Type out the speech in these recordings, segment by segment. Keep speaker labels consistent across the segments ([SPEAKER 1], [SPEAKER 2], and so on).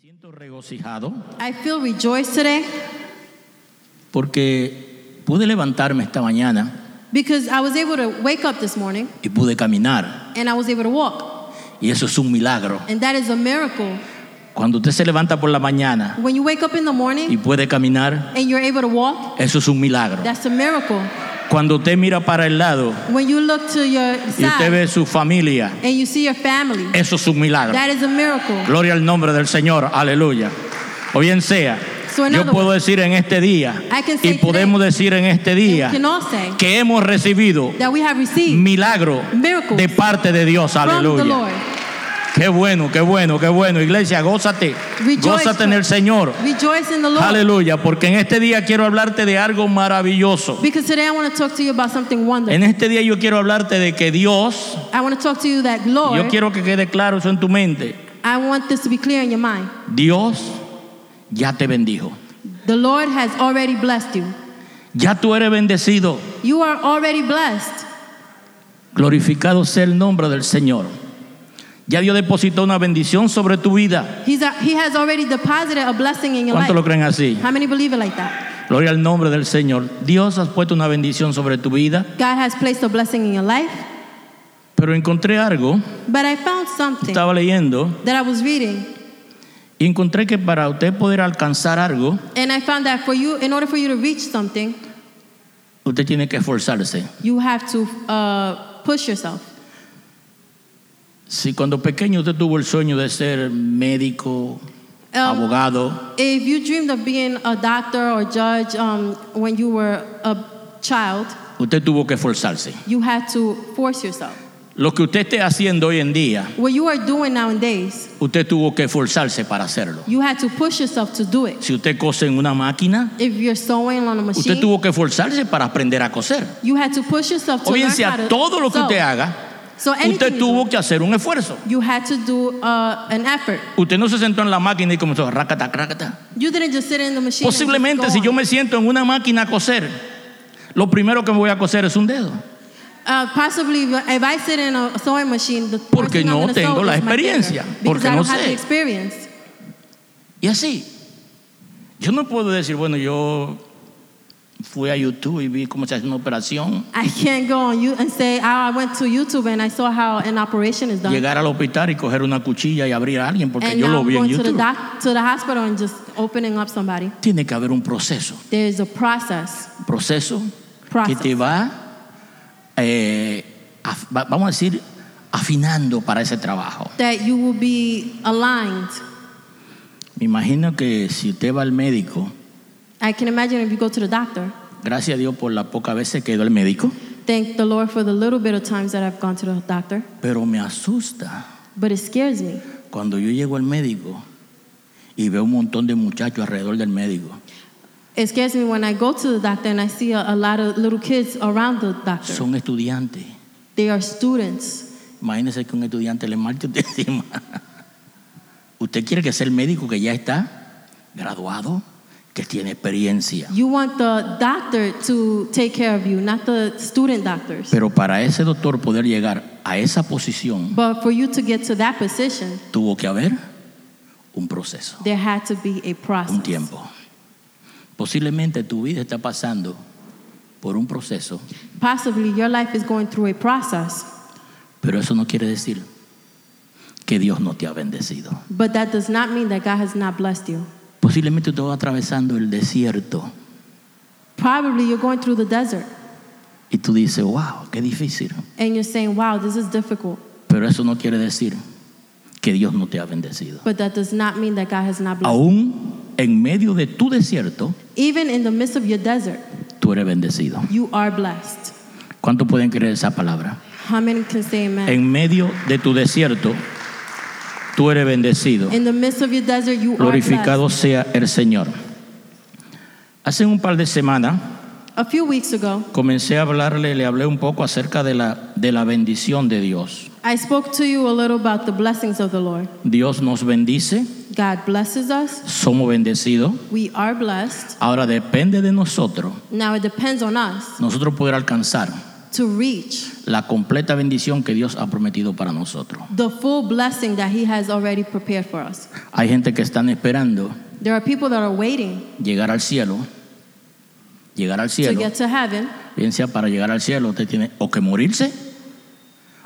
[SPEAKER 1] siento regocijado
[SPEAKER 2] I feel rejoiced today
[SPEAKER 1] porque pude levantarme esta mañana
[SPEAKER 2] because I was able to wake up this morning
[SPEAKER 1] y pude caminar.
[SPEAKER 2] and I was able to walk.
[SPEAKER 1] Y eso es un milagro.
[SPEAKER 2] And that is a miracle.
[SPEAKER 1] Cuando usted se levanta por la mañana
[SPEAKER 2] When you wake up in the
[SPEAKER 1] y
[SPEAKER 2] morning
[SPEAKER 1] puede caminar,
[SPEAKER 2] and you're able to walk,
[SPEAKER 1] eso es un milagro.
[SPEAKER 2] that's a miracle.
[SPEAKER 1] Cuando usted mira para el lado
[SPEAKER 2] When you look to your
[SPEAKER 1] y usted
[SPEAKER 2] side
[SPEAKER 1] ve su familia,
[SPEAKER 2] and you see your family,
[SPEAKER 1] eso es un milagro.
[SPEAKER 2] that is a miracle.
[SPEAKER 1] Gloria al nombre del Señor. Aleluya. O bien sea,
[SPEAKER 2] So in
[SPEAKER 1] yo
[SPEAKER 2] other
[SPEAKER 1] puedo decir en este día
[SPEAKER 2] I can say
[SPEAKER 1] y podemos decir en este
[SPEAKER 2] You
[SPEAKER 1] día
[SPEAKER 2] can all say
[SPEAKER 1] que hemos recibido
[SPEAKER 2] that we have received
[SPEAKER 1] milagro
[SPEAKER 2] Miracles.
[SPEAKER 1] de parte de Dios.
[SPEAKER 2] from the
[SPEAKER 1] Aleluya.
[SPEAKER 2] Lord.
[SPEAKER 1] Qué bueno, qué bueno, qué bueno. Iglesia, gózate.
[SPEAKER 2] Rejoice,
[SPEAKER 1] gózate en el
[SPEAKER 2] church.
[SPEAKER 1] Señor.
[SPEAKER 2] Rejoice in the Lord.
[SPEAKER 1] Aleluya. Porque en este día quiero hablarte de algo maravilloso.
[SPEAKER 2] Because today I want to talk to you about something
[SPEAKER 1] En
[SPEAKER 2] wonderful.
[SPEAKER 1] este día yo quiero hablarte de que Dios,
[SPEAKER 2] I want to talk to you that
[SPEAKER 1] y yo
[SPEAKER 2] Lord,
[SPEAKER 1] quiero que quede claro eso en tu mente,
[SPEAKER 2] I want this to be clear in your mind.
[SPEAKER 1] Dios ya te bendijo.
[SPEAKER 2] The Lord has already blessed you.
[SPEAKER 1] Ya tú eres bendecido.
[SPEAKER 2] You are already blessed.
[SPEAKER 1] Glorificado sea el nombre del Señor. Ya Dios depositó una bendición sobre tu vida.
[SPEAKER 2] He's a, he has already deposited a blessing in your
[SPEAKER 1] ¿Cuántos lo
[SPEAKER 2] life.
[SPEAKER 1] creen así?
[SPEAKER 2] How many believe it like that?
[SPEAKER 1] Gloria al nombre del Señor. Dios has puesto una bendición sobre tu vida.
[SPEAKER 2] God has placed a blessing in your life.
[SPEAKER 1] Pero encontré algo,
[SPEAKER 2] But I found something
[SPEAKER 1] estaba leyendo,
[SPEAKER 2] that I was reading,
[SPEAKER 1] y encontré que para usted poder alcanzar algo,
[SPEAKER 2] and I found that for you, in order for you to reach something,
[SPEAKER 1] usted tiene que esforzarse.
[SPEAKER 2] you have to uh, push yourself.
[SPEAKER 1] Si cuando pequeño usted tuvo el sueño de ser médico,
[SPEAKER 2] Um,
[SPEAKER 1] abogado,
[SPEAKER 2] If you dreamed of being a doctor or judge um, when you were a child,
[SPEAKER 1] usted tuvo que esforzarse.
[SPEAKER 2] you had to force yourself.
[SPEAKER 1] Lo que usted esté haciendo hoy en día,
[SPEAKER 2] What you are doing nowadays,
[SPEAKER 1] usted tuvo que esforzarse para hacerlo.
[SPEAKER 2] you had to push yourself to do it.
[SPEAKER 1] Si usted cose en una máquina,
[SPEAKER 2] If you're sewing on a
[SPEAKER 1] usted
[SPEAKER 2] machine,
[SPEAKER 1] tuvo que esforzarse para aprender a coser.
[SPEAKER 2] You had to push yourself to
[SPEAKER 1] O bien
[SPEAKER 2] learn how
[SPEAKER 1] sea,
[SPEAKER 2] to
[SPEAKER 1] todo lo que
[SPEAKER 2] sew.
[SPEAKER 1] usted haga,
[SPEAKER 2] So anything
[SPEAKER 1] usted
[SPEAKER 2] you
[SPEAKER 1] tuvo
[SPEAKER 2] do,
[SPEAKER 1] que hacer un esfuerzo.
[SPEAKER 2] you had to do uh, an effort.
[SPEAKER 1] Usted no se sentó en la máquina y comenzó, racata, racata.
[SPEAKER 2] You didn't just sit in the machine. and just
[SPEAKER 1] Posiblemente
[SPEAKER 2] go
[SPEAKER 1] si yo
[SPEAKER 2] on.
[SPEAKER 1] me siento en una máquina a coser, lo primero que me voy a coser es un dedo,
[SPEAKER 2] Uh, possibly if I sit in a sewing machine, the
[SPEAKER 1] Porque
[SPEAKER 2] first thing I'm
[SPEAKER 1] no
[SPEAKER 2] gonna sew
[SPEAKER 1] tengo la
[SPEAKER 2] is my finger,
[SPEAKER 1] experiencia,
[SPEAKER 2] Because
[SPEAKER 1] porque
[SPEAKER 2] I
[SPEAKER 1] no
[SPEAKER 2] don't have
[SPEAKER 1] sé.
[SPEAKER 2] the experience.
[SPEAKER 1] y así. Yo no puedo decir, bueno, yo fui a YouTube y vi cómo se hace una operación,
[SPEAKER 2] I can't go on you and say, oh, I went to YouTube and I saw how an operation is done.
[SPEAKER 1] llegar al hospital y coger una cuchilla y abrir a alguien porque
[SPEAKER 2] and
[SPEAKER 1] yo
[SPEAKER 2] now
[SPEAKER 1] lo
[SPEAKER 2] I'm
[SPEAKER 1] vi en
[SPEAKER 2] going to the,
[SPEAKER 1] YouTube.
[SPEAKER 2] doc- to the hospital and just opening up somebody.
[SPEAKER 1] Tiene que haber un proceso,
[SPEAKER 2] There's a process.
[SPEAKER 1] proceso que
[SPEAKER 2] Process.
[SPEAKER 1] te va, eh, af- va- vamos a decir, afinando para ese trabajo.
[SPEAKER 2] That you will be aligned.
[SPEAKER 1] Me imagino que si usted va al médico,
[SPEAKER 2] I can imagine if you go to the doctor.
[SPEAKER 1] gracias a Dios por la poca veces que he ido al médico.
[SPEAKER 2] Thank the Lord for the little bit of times that I've gone to the doctor,
[SPEAKER 1] Pero me asusta
[SPEAKER 2] but it scares me.
[SPEAKER 1] cuando yo llego al médico y veo un montón de muchachos alrededor del médico.
[SPEAKER 2] It scares me when I go to the doctor and I see a, a lot of little kids around the doctor.
[SPEAKER 1] Son estudiantes.
[SPEAKER 2] they are students.
[SPEAKER 1] Imagínese que un estudiante le marche usted encima. Usted quiere que sea el médico que ya está graduado, que tiene experiencia.
[SPEAKER 2] You want the doctor to take care of you, not the student doctors.
[SPEAKER 1] Pero para ese doctor poder llegar a esa posición,
[SPEAKER 2] But for you to get to that position,
[SPEAKER 1] tuvo que haber un proceso,
[SPEAKER 2] there had to be a
[SPEAKER 1] un
[SPEAKER 2] process.
[SPEAKER 1] tiempo. Posiblemente tu vida está pasando por un proceso,
[SPEAKER 2] Possibly your life is going through a process,
[SPEAKER 1] Pero eso no quiere decir que Dios no te ha bendecido.
[SPEAKER 2] but that does not mean that God has not blessed you.
[SPEAKER 1] Posiblemente tú vas atravesando el desierto
[SPEAKER 2] Probably you're going through the desert
[SPEAKER 1] y tú dices, wow, qué difícil.
[SPEAKER 2] and you're saying, wow, this is difficult.
[SPEAKER 1] Pero eso no quiere decir que Dios no te ha bendecido.
[SPEAKER 2] But that does not mean that God has not blessed you.
[SPEAKER 1] Aún en medio de tu desierto,
[SPEAKER 2] Even in the midst of your desert,
[SPEAKER 1] tú eres bendecido.
[SPEAKER 2] you are blessed.
[SPEAKER 1] ¿Cuántos pueden creer esa palabra?
[SPEAKER 2] How many can say amen?
[SPEAKER 1] En medio de tu desierto, tú eres bendecido.
[SPEAKER 2] In the midst of your desert, you are blessed.
[SPEAKER 1] Glorificado sea el Señor. Hace un par de semanas
[SPEAKER 2] A few weeks ago,
[SPEAKER 1] comencé a hablarle, le hablé un poco acerca de la, de la bendición de Dios.
[SPEAKER 2] I spoke to you a little about the blessings of the Lord.
[SPEAKER 1] Dios nos bendice,
[SPEAKER 2] God blesses us.
[SPEAKER 1] somos bendecidos.
[SPEAKER 2] We are blessed.
[SPEAKER 1] Ahora depende de nosotros,
[SPEAKER 2] Now it depends on us
[SPEAKER 1] nosotros poder alcanzar
[SPEAKER 2] to reach
[SPEAKER 1] la completa bendición que Dios ha prometido para nosotros.
[SPEAKER 2] the full blessing that He has already prepared for us.
[SPEAKER 1] Hay gente que están esperando
[SPEAKER 2] There are people that are waiting
[SPEAKER 1] llegar al cielo, llegar al
[SPEAKER 2] to
[SPEAKER 1] cielo.
[SPEAKER 2] get to heaven.
[SPEAKER 1] Piensa, para llegar al cielo usted tiene o que morirse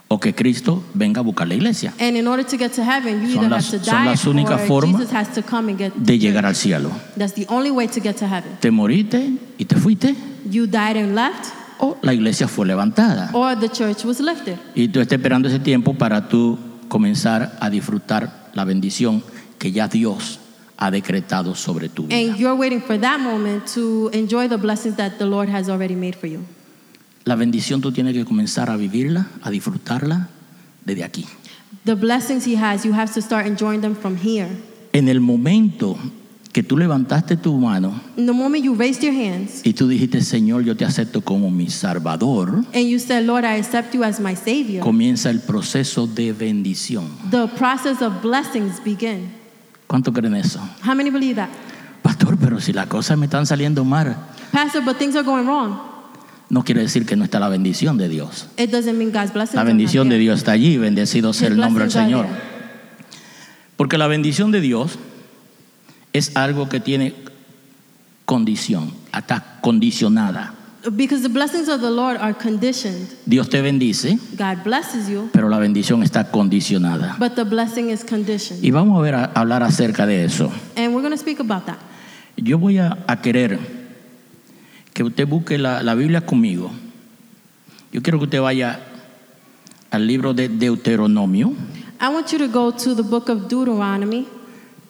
[SPEAKER 1] o que Cristo venga a buscar la iglesia
[SPEAKER 2] And in order to get to heaven, you
[SPEAKER 1] Son
[SPEAKER 2] either
[SPEAKER 1] las-
[SPEAKER 2] have to
[SPEAKER 1] son
[SPEAKER 2] die
[SPEAKER 1] las únicas
[SPEAKER 2] or
[SPEAKER 1] formas
[SPEAKER 2] Jesus has to come and get
[SPEAKER 1] de llegar al cielo.
[SPEAKER 2] That's the only way to get to heaven.
[SPEAKER 1] Te moriste y te fuiste
[SPEAKER 2] You died and left,
[SPEAKER 1] o la iglesia fue levantada.
[SPEAKER 2] or the church was lifted.
[SPEAKER 1] Y tú estás esperando ese tiempo para tú comenzar a disfrutar la bendición que ya Dios ha decretado sobre tu vida.
[SPEAKER 2] And you're waiting for that moment to enjoy the blessings that the Lord has already made for you.
[SPEAKER 1] La bendición tú tienes que comenzar a vivirla, a disfrutarla desde aquí.
[SPEAKER 2] The blessings He has, you have to start enjoying them from here.
[SPEAKER 1] En el momento que tú levantaste tu mano
[SPEAKER 2] In the moment you raised your hands
[SPEAKER 1] y tú dijiste, Señor, yo te acepto como mi Salvador,
[SPEAKER 2] and you said, Lord, I accept you as my Savior,
[SPEAKER 1] comienza el proceso de bendición.
[SPEAKER 2] the process of blessings begin.
[SPEAKER 1] ¿Cuánto creen eso?
[SPEAKER 2] How many believe that?
[SPEAKER 1] Pastor, pero si las cosas me están saliendo mal,
[SPEAKER 2] Pastor, but things are going wrong.
[SPEAKER 1] no quiere decir que no está la bendición de Dios.
[SPEAKER 2] It doesn't mean God's blessings.
[SPEAKER 1] La
[SPEAKER 2] are not
[SPEAKER 1] bendición de
[SPEAKER 2] there.
[SPEAKER 1] Dios está allí, bendecido sea
[SPEAKER 2] His
[SPEAKER 1] el nombre del
[SPEAKER 2] blessings
[SPEAKER 1] Señor.
[SPEAKER 2] are there.
[SPEAKER 1] Porque la bendición de Dios es algo que tiene condición, está condicionada.
[SPEAKER 2] Because the blessings of the Lord are conditioned.
[SPEAKER 1] Dios te bendice,
[SPEAKER 2] God blesses you,
[SPEAKER 1] pero la bendición está condicionada.
[SPEAKER 2] but the blessing is conditioned.
[SPEAKER 1] Y vamos a ver a hablar acerca de eso.
[SPEAKER 2] And we're going to speak about that.
[SPEAKER 1] Yo voy a, a querer que usted busque la, la Biblia conmigo. Yo quiero que usted vaya al libro de Deuteronomio,
[SPEAKER 2] I want you to go to the book of Deuteronomy,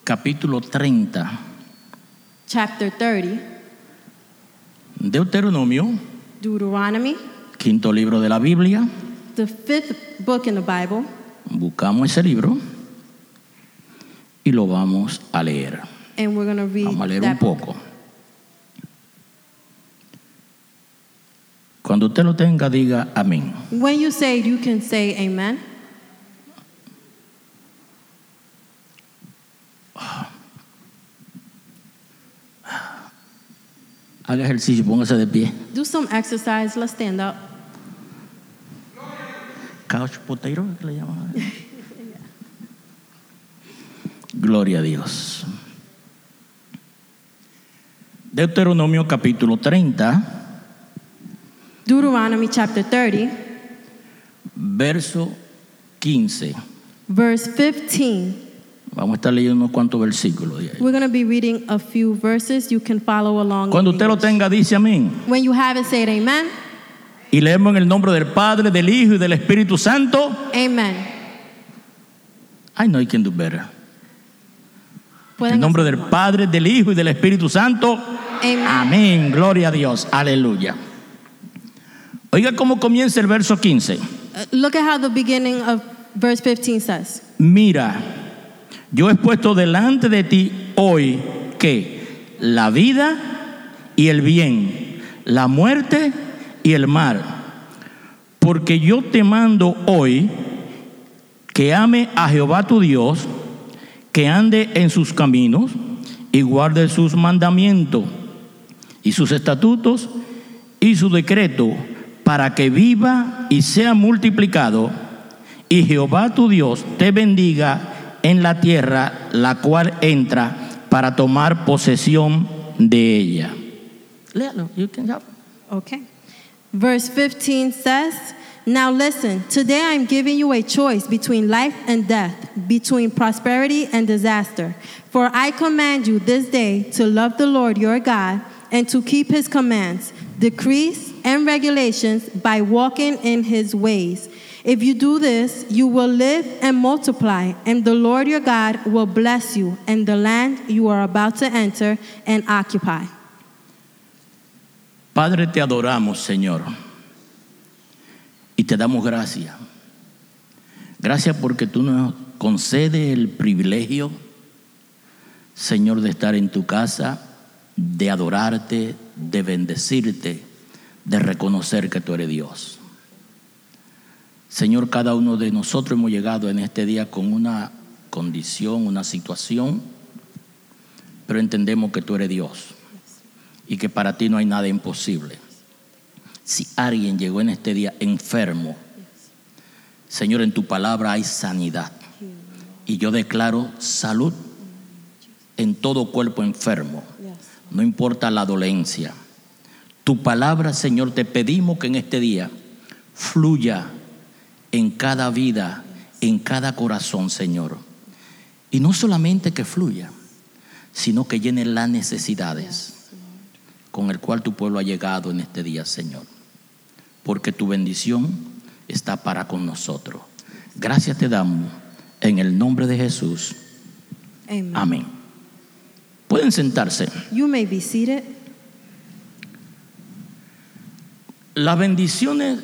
[SPEAKER 1] capítulo 30.
[SPEAKER 2] chapter 30.
[SPEAKER 1] Deuteronomio,
[SPEAKER 2] Deuteronomy,
[SPEAKER 1] quinto libro de la Biblia.
[SPEAKER 2] the fifth book in the Bible.
[SPEAKER 1] Buscamos ese libro y lo vamos a leer.
[SPEAKER 2] And we're going to read
[SPEAKER 1] Vamos a leer un
[SPEAKER 2] that book.
[SPEAKER 1] poco. Cuando usted lo tenga, diga amén.
[SPEAKER 2] When you say it, you can say amen.
[SPEAKER 1] Haga ejercicio, póngase de pie.
[SPEAKER 2] Do some exercise. Let's stand up.
[SPEAKER 1] Couch potato, que le llaman. Gloria a Dios. Deuteronomio capítulo 30,
[SPEAKER 2] Deuteronomy chapter 30,
[SPEAKER 1] verso 15.
[SPEAKER 2] verse 15.
[SPEAKER 1] Vamos a estar leyendo unos cuantos versículos. de ahí.
[SPEAKER 2] We're going to be reading a few verses. You can follow along. in
[SPEAKER 1] Cuando usted lo
[SPEAKER 2] English.
[SPEAKER 1] tenga, dice amén.
[SPEAKER 2] When you have it, say it amen.
[SPEAKER 1] Y leemos en el nombre del Padre, del Hijo y del Espíritu Santo.
[SPEAKER 2] Amen.
[SPEAKER 1] I know you can do better. En
[SPEAKER 2] Pueden
[SPEAKER 1] el nombre del
[SPEAKER 2] hacerlo.
[SPEAKER 1] Padre, del Hijo y del Espíritu Santo.
[SPEAKER 2] Amen.
[SPEAKER 1] Amén, gloria a Dios, aleluya. Oiga cómo comienza el verso 15.
[SPEAKER 2] Uh, Look at how the beginning of verse 15 says.
[SPEAKER 1] Mira, yo he puesto delante de ti hoy que la vida y el bien, la muerte y el mal, porque yo te mando hoy que ame a Jehová tu Dios, que ande en sus caminos y guarde sus mandamientos y sus estatutos y su decreto para que viva y sea multiplicado y Jehová tu Dios te bendiga en la tierra la cual entra para tomar posesión de ella. Léalo, you can have-
[SPEAKER 2] Okay. Verse 15 says, Now listen, today I'm giving you a choice between life and death, between prosperity and disaster. For I command you this day to love the Lord your God and to keep his commands, decrees, and regulations by walking in his ways. If you do this, you will live and multiply, and the Lord your God will bless you and the land you are about to enter and occupy.
[SPEAKER 1] Padre, te adoramos, Señor, y te damos gracias. Gracias porque tú nos concedes el privilegio, Señor, de estar en tu casa, de adorarte, de bendecirte, de reconocer que tú eres Dios. Señor, cada uno de nosotros hemos llegado en este día con una condición, una situación, pero entendemos que tú eres Dios y que para ti no hay nada imposible. Si alguien llegó en este día enfermo, Señor, en tu palabra hay sanidad. Y yo declaro salud en todo cuerpo enfermo, no importa la dolencia. Tu palabra, Señor, te pedimos que en este día fluya en cada vida, en cada corazón, Señor. Y no solamente que fluya, sino que llene las necesidades con el cual tu pueblo ha llegado en este día, Señor. Porque tu bendición está para con nosotros. Gracias te damos en el nombre de Jesús.
[SPEAKER 2] Amen.
[SPEAKER 1] Amén. Pueden sentarse.
[SPEAKER 2] You may be seated.
[SPEAKER 1] Las bendiciones,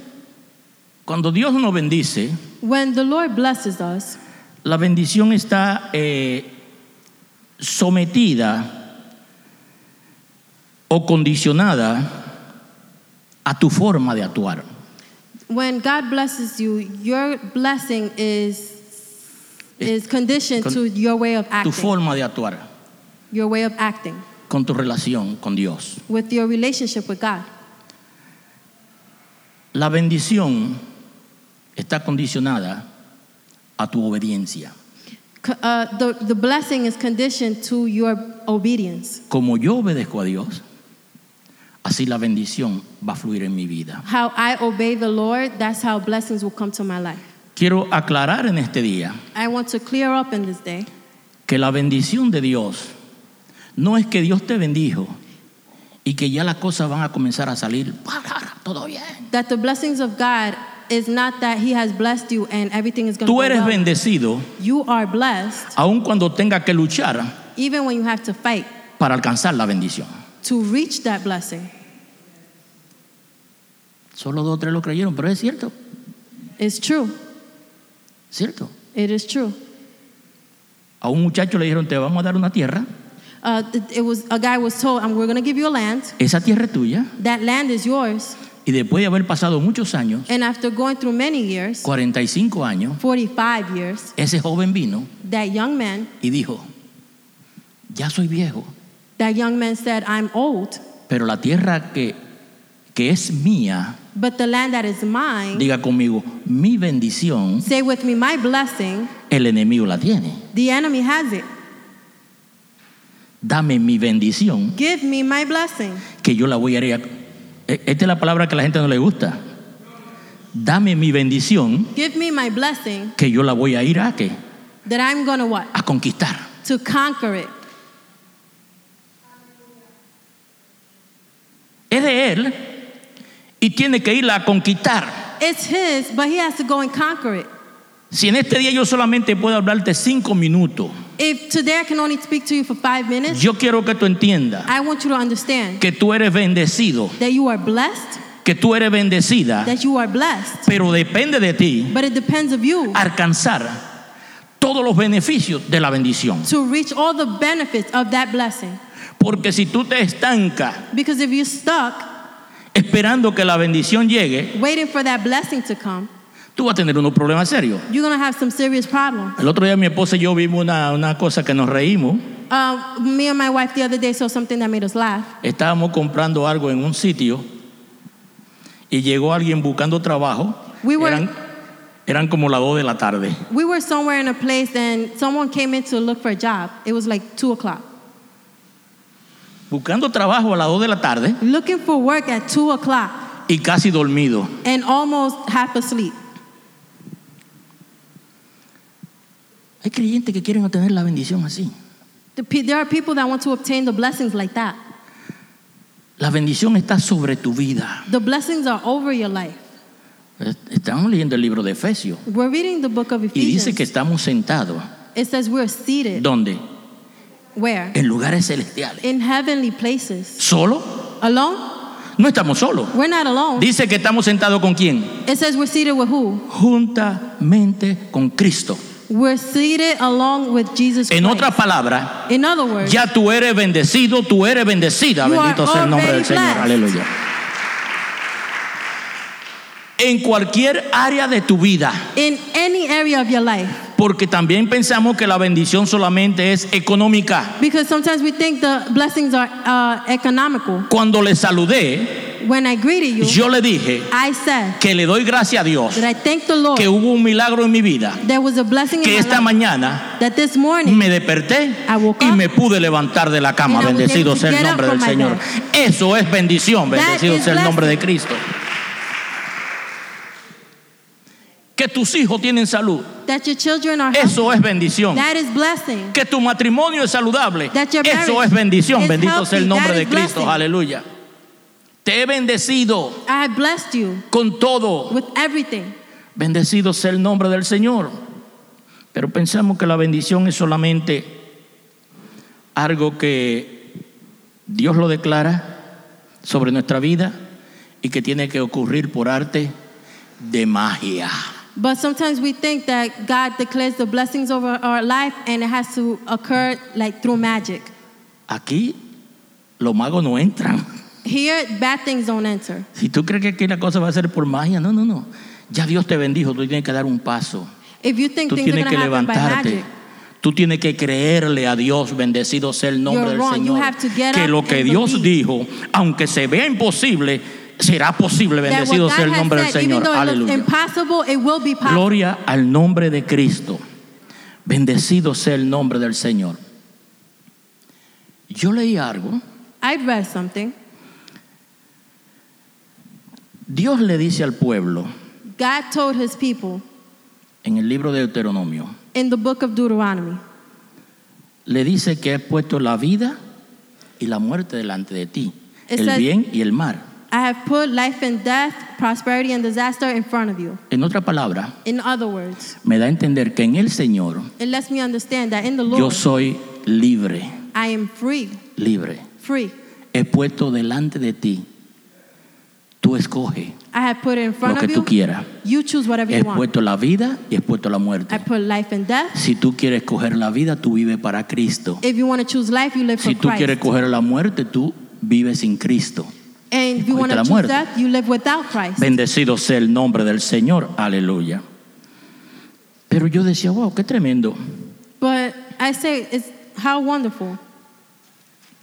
[SPEAKER 1] cuando Dios nos bendice,
[SPEAKER 2] When the Lord blesses us,
[SPEAKER 1] la bendición está eh, sometida o condicionada a tu forma de actuar.
[SPEAKER 2] when God blesses you, your blessing is is conditioned
[SPEAKER 1] con-
[SPEAKER 2] to your way of
[SPEAKER 1] Tu
[SPEAKER 2] acting.
[SPEAKER 1] forma de actuar
[SPEAKER 2] Your way of acting
[SPEAKER 1] con tu relación con Dios.
[SPEAKER 2] with your relationship with God.
[SPEAKER 1] La bendición está condicionada a tu obediencia.
[SPEAKER 2] Co- Uh, the, the blessing is conditioned to your obedience.
[SPEAKER 1] Como yo obedezco a Dios, así la bendición va a fluir en mi vida.
[SPEAKER 2] How I obey the Lord, that's how blessings will come to my life.
[SPEAKER 1] Quiero aclarar en este día
[SPEAKER 2] I want to clear up in this day
[SPEAKER 1] que la bendición de Dios no es que Dios te bendijo y que ya las cosas van a comenzar a salir todo bien.
[SPEAKER 2] that the blessings of God is not that He has blessed you and everything is going to
[SPEAKER 1] Tú eres
[SPEAKER 2] well.
[SPEAKER 1] bendecido
[SPEAKER 2] You are blessed
[SPEAKER 1] aun cuando tenga que luchar
[SPEAKER 2] even when you have to fight
[SPEAKER 1] para alcanzar la bendición.
[SPEAKER 2] to reach that blessing.
[SPEAKER 1] Solo dos o tres lo creyeron, pero es cierto,
[SPEAKER 2] It's true.
[SPEAKER 1] cierto.
[SPEAKER 2] It is true.
[SPEAKER 1] A un muchacho le dijeron, te vamos a dar una tierra,
[SPEAKER 2] Uh, it, it was a guy was told, um, "We're going to give you a land.
[SPEAKER 1] esa tierra es tuya.
[SPEAKER 2] That land is yours."
[SPEAKER 1] Y después de haber pasado muchos años,
[SPEAKER 2] And after going through many years,
[SPEAKER 1] 45 años,
[SPEAKER 2] 45 years,
[SPEAKER 1] ese joven vino
[SPEAKER 2] that young man,
[SPEAKER 1] y dijo, ya soy viejo,
[SPEAKER 2] that young man said, "I'm old,
[SPEAKER 1] pero la tierra que, que es mía,
[SPEAKER 2] but the land that is mine."
[SPEAKER 1] diga conmigo, mi bendición,
[SPEAKER 2] Say with me, "My blessing,
[SPEAKER 1] el enemigo la tiene.
[SPEAKER 2] the enemy has it.
[SPEAKER 1] Dame mi bendición,
[SPEAKER 2] Give me my blessing."
[SPEAKER 1] que yo la voy a... ir a- E- Esta es la palabra que a la gente no le gusta. Dame mi bendición,
[SPEAKER 2] Give me my blessing
[SPEAKER 1] que yo la voy a ir a, ¿qué?
[SPEAKER 2] that I'm gonna what?
[SPEAKER 1] a conquistar.
[SPEAKER 2] To conquer it.
[SPEAKER 1] Es de él y tiene que irla a conquistar.
[SPEAKER 2] It's his, but he has to go and conquer it.
[SPEAKER 1] Si en este día yo solamente puedo hablarte cinco minutos,
[SPEAKER 2] If today I can only speak to you for five minutes,
[SPEAKER 1] yo quiero que tú entiendas
[SPEAKER 2] I want you to understand
[SPEAKER 1] que tú eres bendecido,
[SPEAKER 2] that you are blessed,
[SPEAKER 1] que tú eres bendecida,
[SPEAKER 2] that you are blessed,
[SPEAKER 1] pero depende de ti
[SPEAKER 2] but it depends of you
[SPEAKER 1] alcanzar todos los beneficios de la bendición.
[SPEAKER 2] to reach all the benefits of that blessing.
[SPEAKER 1] Porque si tú te estancas
[SPEAKER 2] Because if you're stuck
[SPEAKER 1] esperando que la bendición llegue,
[SPEAKER 2] waiting for that blessing to come,
[SPEAKER 1] tú vas a tener unos problemas serios.
[SPEAKER 2] you're gonna have some serious problems.
[SPEAKER 1] El otro día mi esposa y yo vimos una, una cosa que nos reímos.
[SPEAKER 2] Um, me and my wife the other day saw something that made us laugh.
[SPEAKER 1] Estábamos comprando algo en un sitio y llegó alguien buscando trabajo.
[SPEAKER 2] We were-
[SPEAKER 1] eran, eran como las 2 de la tarde.
[SPEAKER 2] We were somewhere in a place and someone came in to look for a job. It was like two o'clock.
[SPEAKER 1] Buscando trabajo a las 2 de la tarde
[SPEAKER 2] Looking for work at two o'clock
[SPEAKER 1] y casi dormido.
[SPEAKER 2] and almost half asleep.
[SPEAKER 1] Hay creyentes que quieren obtener la bendición así.
[SPEAKER 2] The pe- There are people that want to obtain the blessings like that.
[SPEAKER 1] La bendición está sobre tu vida.
[SPEAKER 2] The blessings are over your life.
[SPEAKER 1] Est- Estamos leyendo el libro de Efesios
[SPEAKER 2] We're reading the book of
[SPEAKER 1] y dice
[SPEAKER 2] Ephesians.
[SPEAKER 1] que estamos sentados.
[SPEAKER 2] It says we're seated.
[SPEAKER 1] ¿Dónde?
[SPEAKER 2] Where?
[SPEAKER 1] En lugares celestiales.
[SPEAKER 2] In heavenly places.
[SPEAKER 1] ¿Solo?
[SPEAKER 2] Alone?
[SPEAKER 1] No estamos solos.
[SPEAKER 2] We're not alone.
[SPEAKER 1] Dice que estamos sentados con quién?
[SPEAKER 2] It says we're seated with who?
[SPEAKER 1] Juntamente con Cristo.
[SPEAKER 2] We're seated along with Jesus
[SPEAKER 1] En
[SPEAKER 2] Christ.
[SPEAKER 1] otras palabras,
[SPEAKER 2] In other words,
[SPEAKER 1] Ya tú eres bendecido, tú eres bendecida.
[SPEAKER 2] You
[SPEAKER 1] Bendito
[SPEAKER 2] are
[SPEAKER 1] sea el nombre del
[SPEAKER 2] already
[SPEAKER 1] Señor.
[SPEAKER 2] blessed.
[SPEAKER 1] Aleluya. En cualquier área de tu vida,
[SPEAKER 2] in any area of your life.
[SPEAKER 1] porque también pensamos que la bendición solamente es económica.
[SPEAKER 2] Because sometimes we think the blessings are uh, economical.
[SPEAKER 1] Cuando le saludé,
[SPEAKER 2] when I greeted you,
[SPEAKER 1] yo le dije
[SPEAKER 2] I said
[SPEAKER 1] que le doy gracias a Dios
[SPEAKER 2] that I thank the Lord.
[SPEAKER 1] que hubo un milagro en mi vida,
[SPEAKER 2] there was a blessing
[SPEAKER 1] que
[SPEAKER 2] in
[SPEAKER 1] esta
[SPEAKER 2] my life.
[SPEAKER 1] mañana
[SPEAKER 2] That this morning
[SPEAKER 1] me desperté
[SPEAKER 2] I woke
[SPEAKER 1] y
[SPEAKER 2] up.
[SPEAKER 1] me pude levantar de la cama.
[SPEAKER 2] And I was
[SPEAKER 1] Bendecido
[SPEAKER 2] able to
[SPEAKER 1] sea el
[SPEAKER 2] get up
[SPEAKER 1] nombre del
[SPEAKER 2] from my
[SPEAKER 1] Señor. Eso es bendición,
[SPEAKER 2] That
[SPEAKER 1] bendecido
[SPEAKER 2] is
[SPEAKER 1] sea el nombre de
[SPEAKER 2] blessing.
[SPEAKER 1] Cristo. Que tus hijos tienen salud,
[SPEAKER 2] that your children are healthy.
[SPEAKER 1] eso es bendición.
[SPEAKER 2] That is blessing.
[SPEAKER 1] Que tu matrimonio es saludable,
[SPEAKER 2] That your
[SPEAKER 1] eso
[SPEAKER 2] marriage
[SPEAKER 1] es bendición,
[SPEAKER 2] is
[SPEAKER 1] bendito sea el
[SPEAKER 2] healthy.
[SPEAKER 1] nombre
[SPEAKER 2] That
[SPEAKER 1] de
[SPEAKER 2] is
[SPEAKER 1] Cristo,
[SPEAKER 2] blessing.
[SPEAKER 1] aleluya. Te he bendecido
[SPEAKER 2] I have blessed you
[SPEAKER 1] con todo,
[SPEAKER 2] with everything.
[SPEAKER 1] Bendecido sea el nombre del Señor. Pero pensamos que la bendición es solamente algo que Dios lo declara sobre nuestra vida y que tiene que ocurrir por arte de magia.
[SPEAKER 2] But sometimes we think that God declares the blessings over our life and it has to occur like through magic.
[SPEAKER 1] Aquí los magos no entran.
[SPEAKER 2] Here, bad things don't enter.
[SPEAKER 1] Si tú crees que aquí la cosa va a ser por magia, no, no, no. Ya Dios te bendijo, tú tienes que dar un paso.
[SPEAKER 2] If you think
[SPEAKER 1] Tú
[SPEAKER 2] things are
[SPEAKER 1] tienes
[SPEAKER 2] going
[SPEAKER 1] que
[SPEAKER 2] to happen by
[SPEAKER 1] levantarte.
[SPEAKER 2] magic,
[SPEAKER 1] Tú tienes que creerle a Dios, bendecido sea el nombre
[SPEAKER 2] You're
[SPEAKER 1] del
[SPEAKER 2] wrong. You
[SPEAKER 1] Señor.
[SPEAKER 2] have to get
[SPEAKER 1] Que
[SPEAKER 2] up
[SPEAKER 1] lo que
[SPEAKER 2] and
[SPEAKER 1] Dios
[SPEAKER 2] believe.
[SPEAKER 1] dijo, aunque se vea imposible, será posible,
[SPEAKER 2] that what
[SPEAKER 1] bendecido
[SPEAKER 2] God
[SPEAKER 1] sea el
[SPEAKER 2] has
[SPEAKER 1] nombre del
[SPEAKER 2] said, even
[SPEAKER 1] Señor.
[SPEAKER 2] though it looks
[SPEAKER 1] Aleluya.
[SPEAKER 2] impossible, it will be possible.
[SPEAKER 1] Gloria al nombre de Cristo. Bendecido sea el nombre del Señor. Yo leí algo.
[SPEAKER 2] I read something.
[SPEAKER 1] Dios le dice al pueblo
[SPEAKER 2] God told his people
[SPEAKER 1] en el libro de Deuteronomio,
[SPEAKER 2] in the book of Deuteronomy,
[SPEAKER 1] le dice que ha puesto la vida y la muerte delante de ti,
[SPEAKER 2] It
[SPEAKER 1] el
[SPEAKER 2] says-
[SPEAKER 1] bien y el mal.
[SPEAKER 2] I have put life and death, prosperity and disaster in front of you.
[SPEAKER 1] En otra palabra,
[SPEAKER 2] In other words,
[SPEAKER 1] me da a entender que en el Señor
[SPEAKER 2] it lets me understand that in the
[SPEAKER 1] yo
[SPEAKER 2] Lord,
[SPEAKER 1] soy libre,
[SPEAKER 2] I am free,
[SPEAKER 1] libre.
[SPEAKER 2] free.
[SPEAKER 1] He puesto delante de ti. Tú escoge
[SPEAKER 2] I have put it in
[SPEAKER 1] lo
[SPEAKER 2] front
[SPEAKER 1] que
[SPEAKER 2] of
[SPEAKER 1] tú
[SPEAKER 2] you.
[SPEAKER 1] quieras.
[SPEAKER 2] You choose whatever
[SPEAKER 1] He
[SPEAKER 2] you want.
[SPEAKER 1] puesto la vida y he puesto la
[SPEAKER 2] I
[SPEAKER 1] muerte.
[SPEAKER 2] put life and death.
[SPEAKER 1] Si tú quieres coger la vida, tú vives para Cristo.
[SPEAKER 2] If you want to choose life, you live for
[SPEAKER 1] Si tú quieres
[SPEAKER 2] Christ.
[SPEAKER 1] coger la muerte, tú vives sin Cristo.
[SPEAKER 2] And if you want
[SPEAKER 1] escogiste la
[SPEAKER 2] to
[SPEAKER 1] muerte.
[SPEAKER 2] choose death, you live without Christ.
[SPEAKER 1] Bendecido sea el nombre del Señor. Aleluya. Pero yo decía, wow, qué tremendo.
[SPEAKER 2] But I say, it's how wonderful.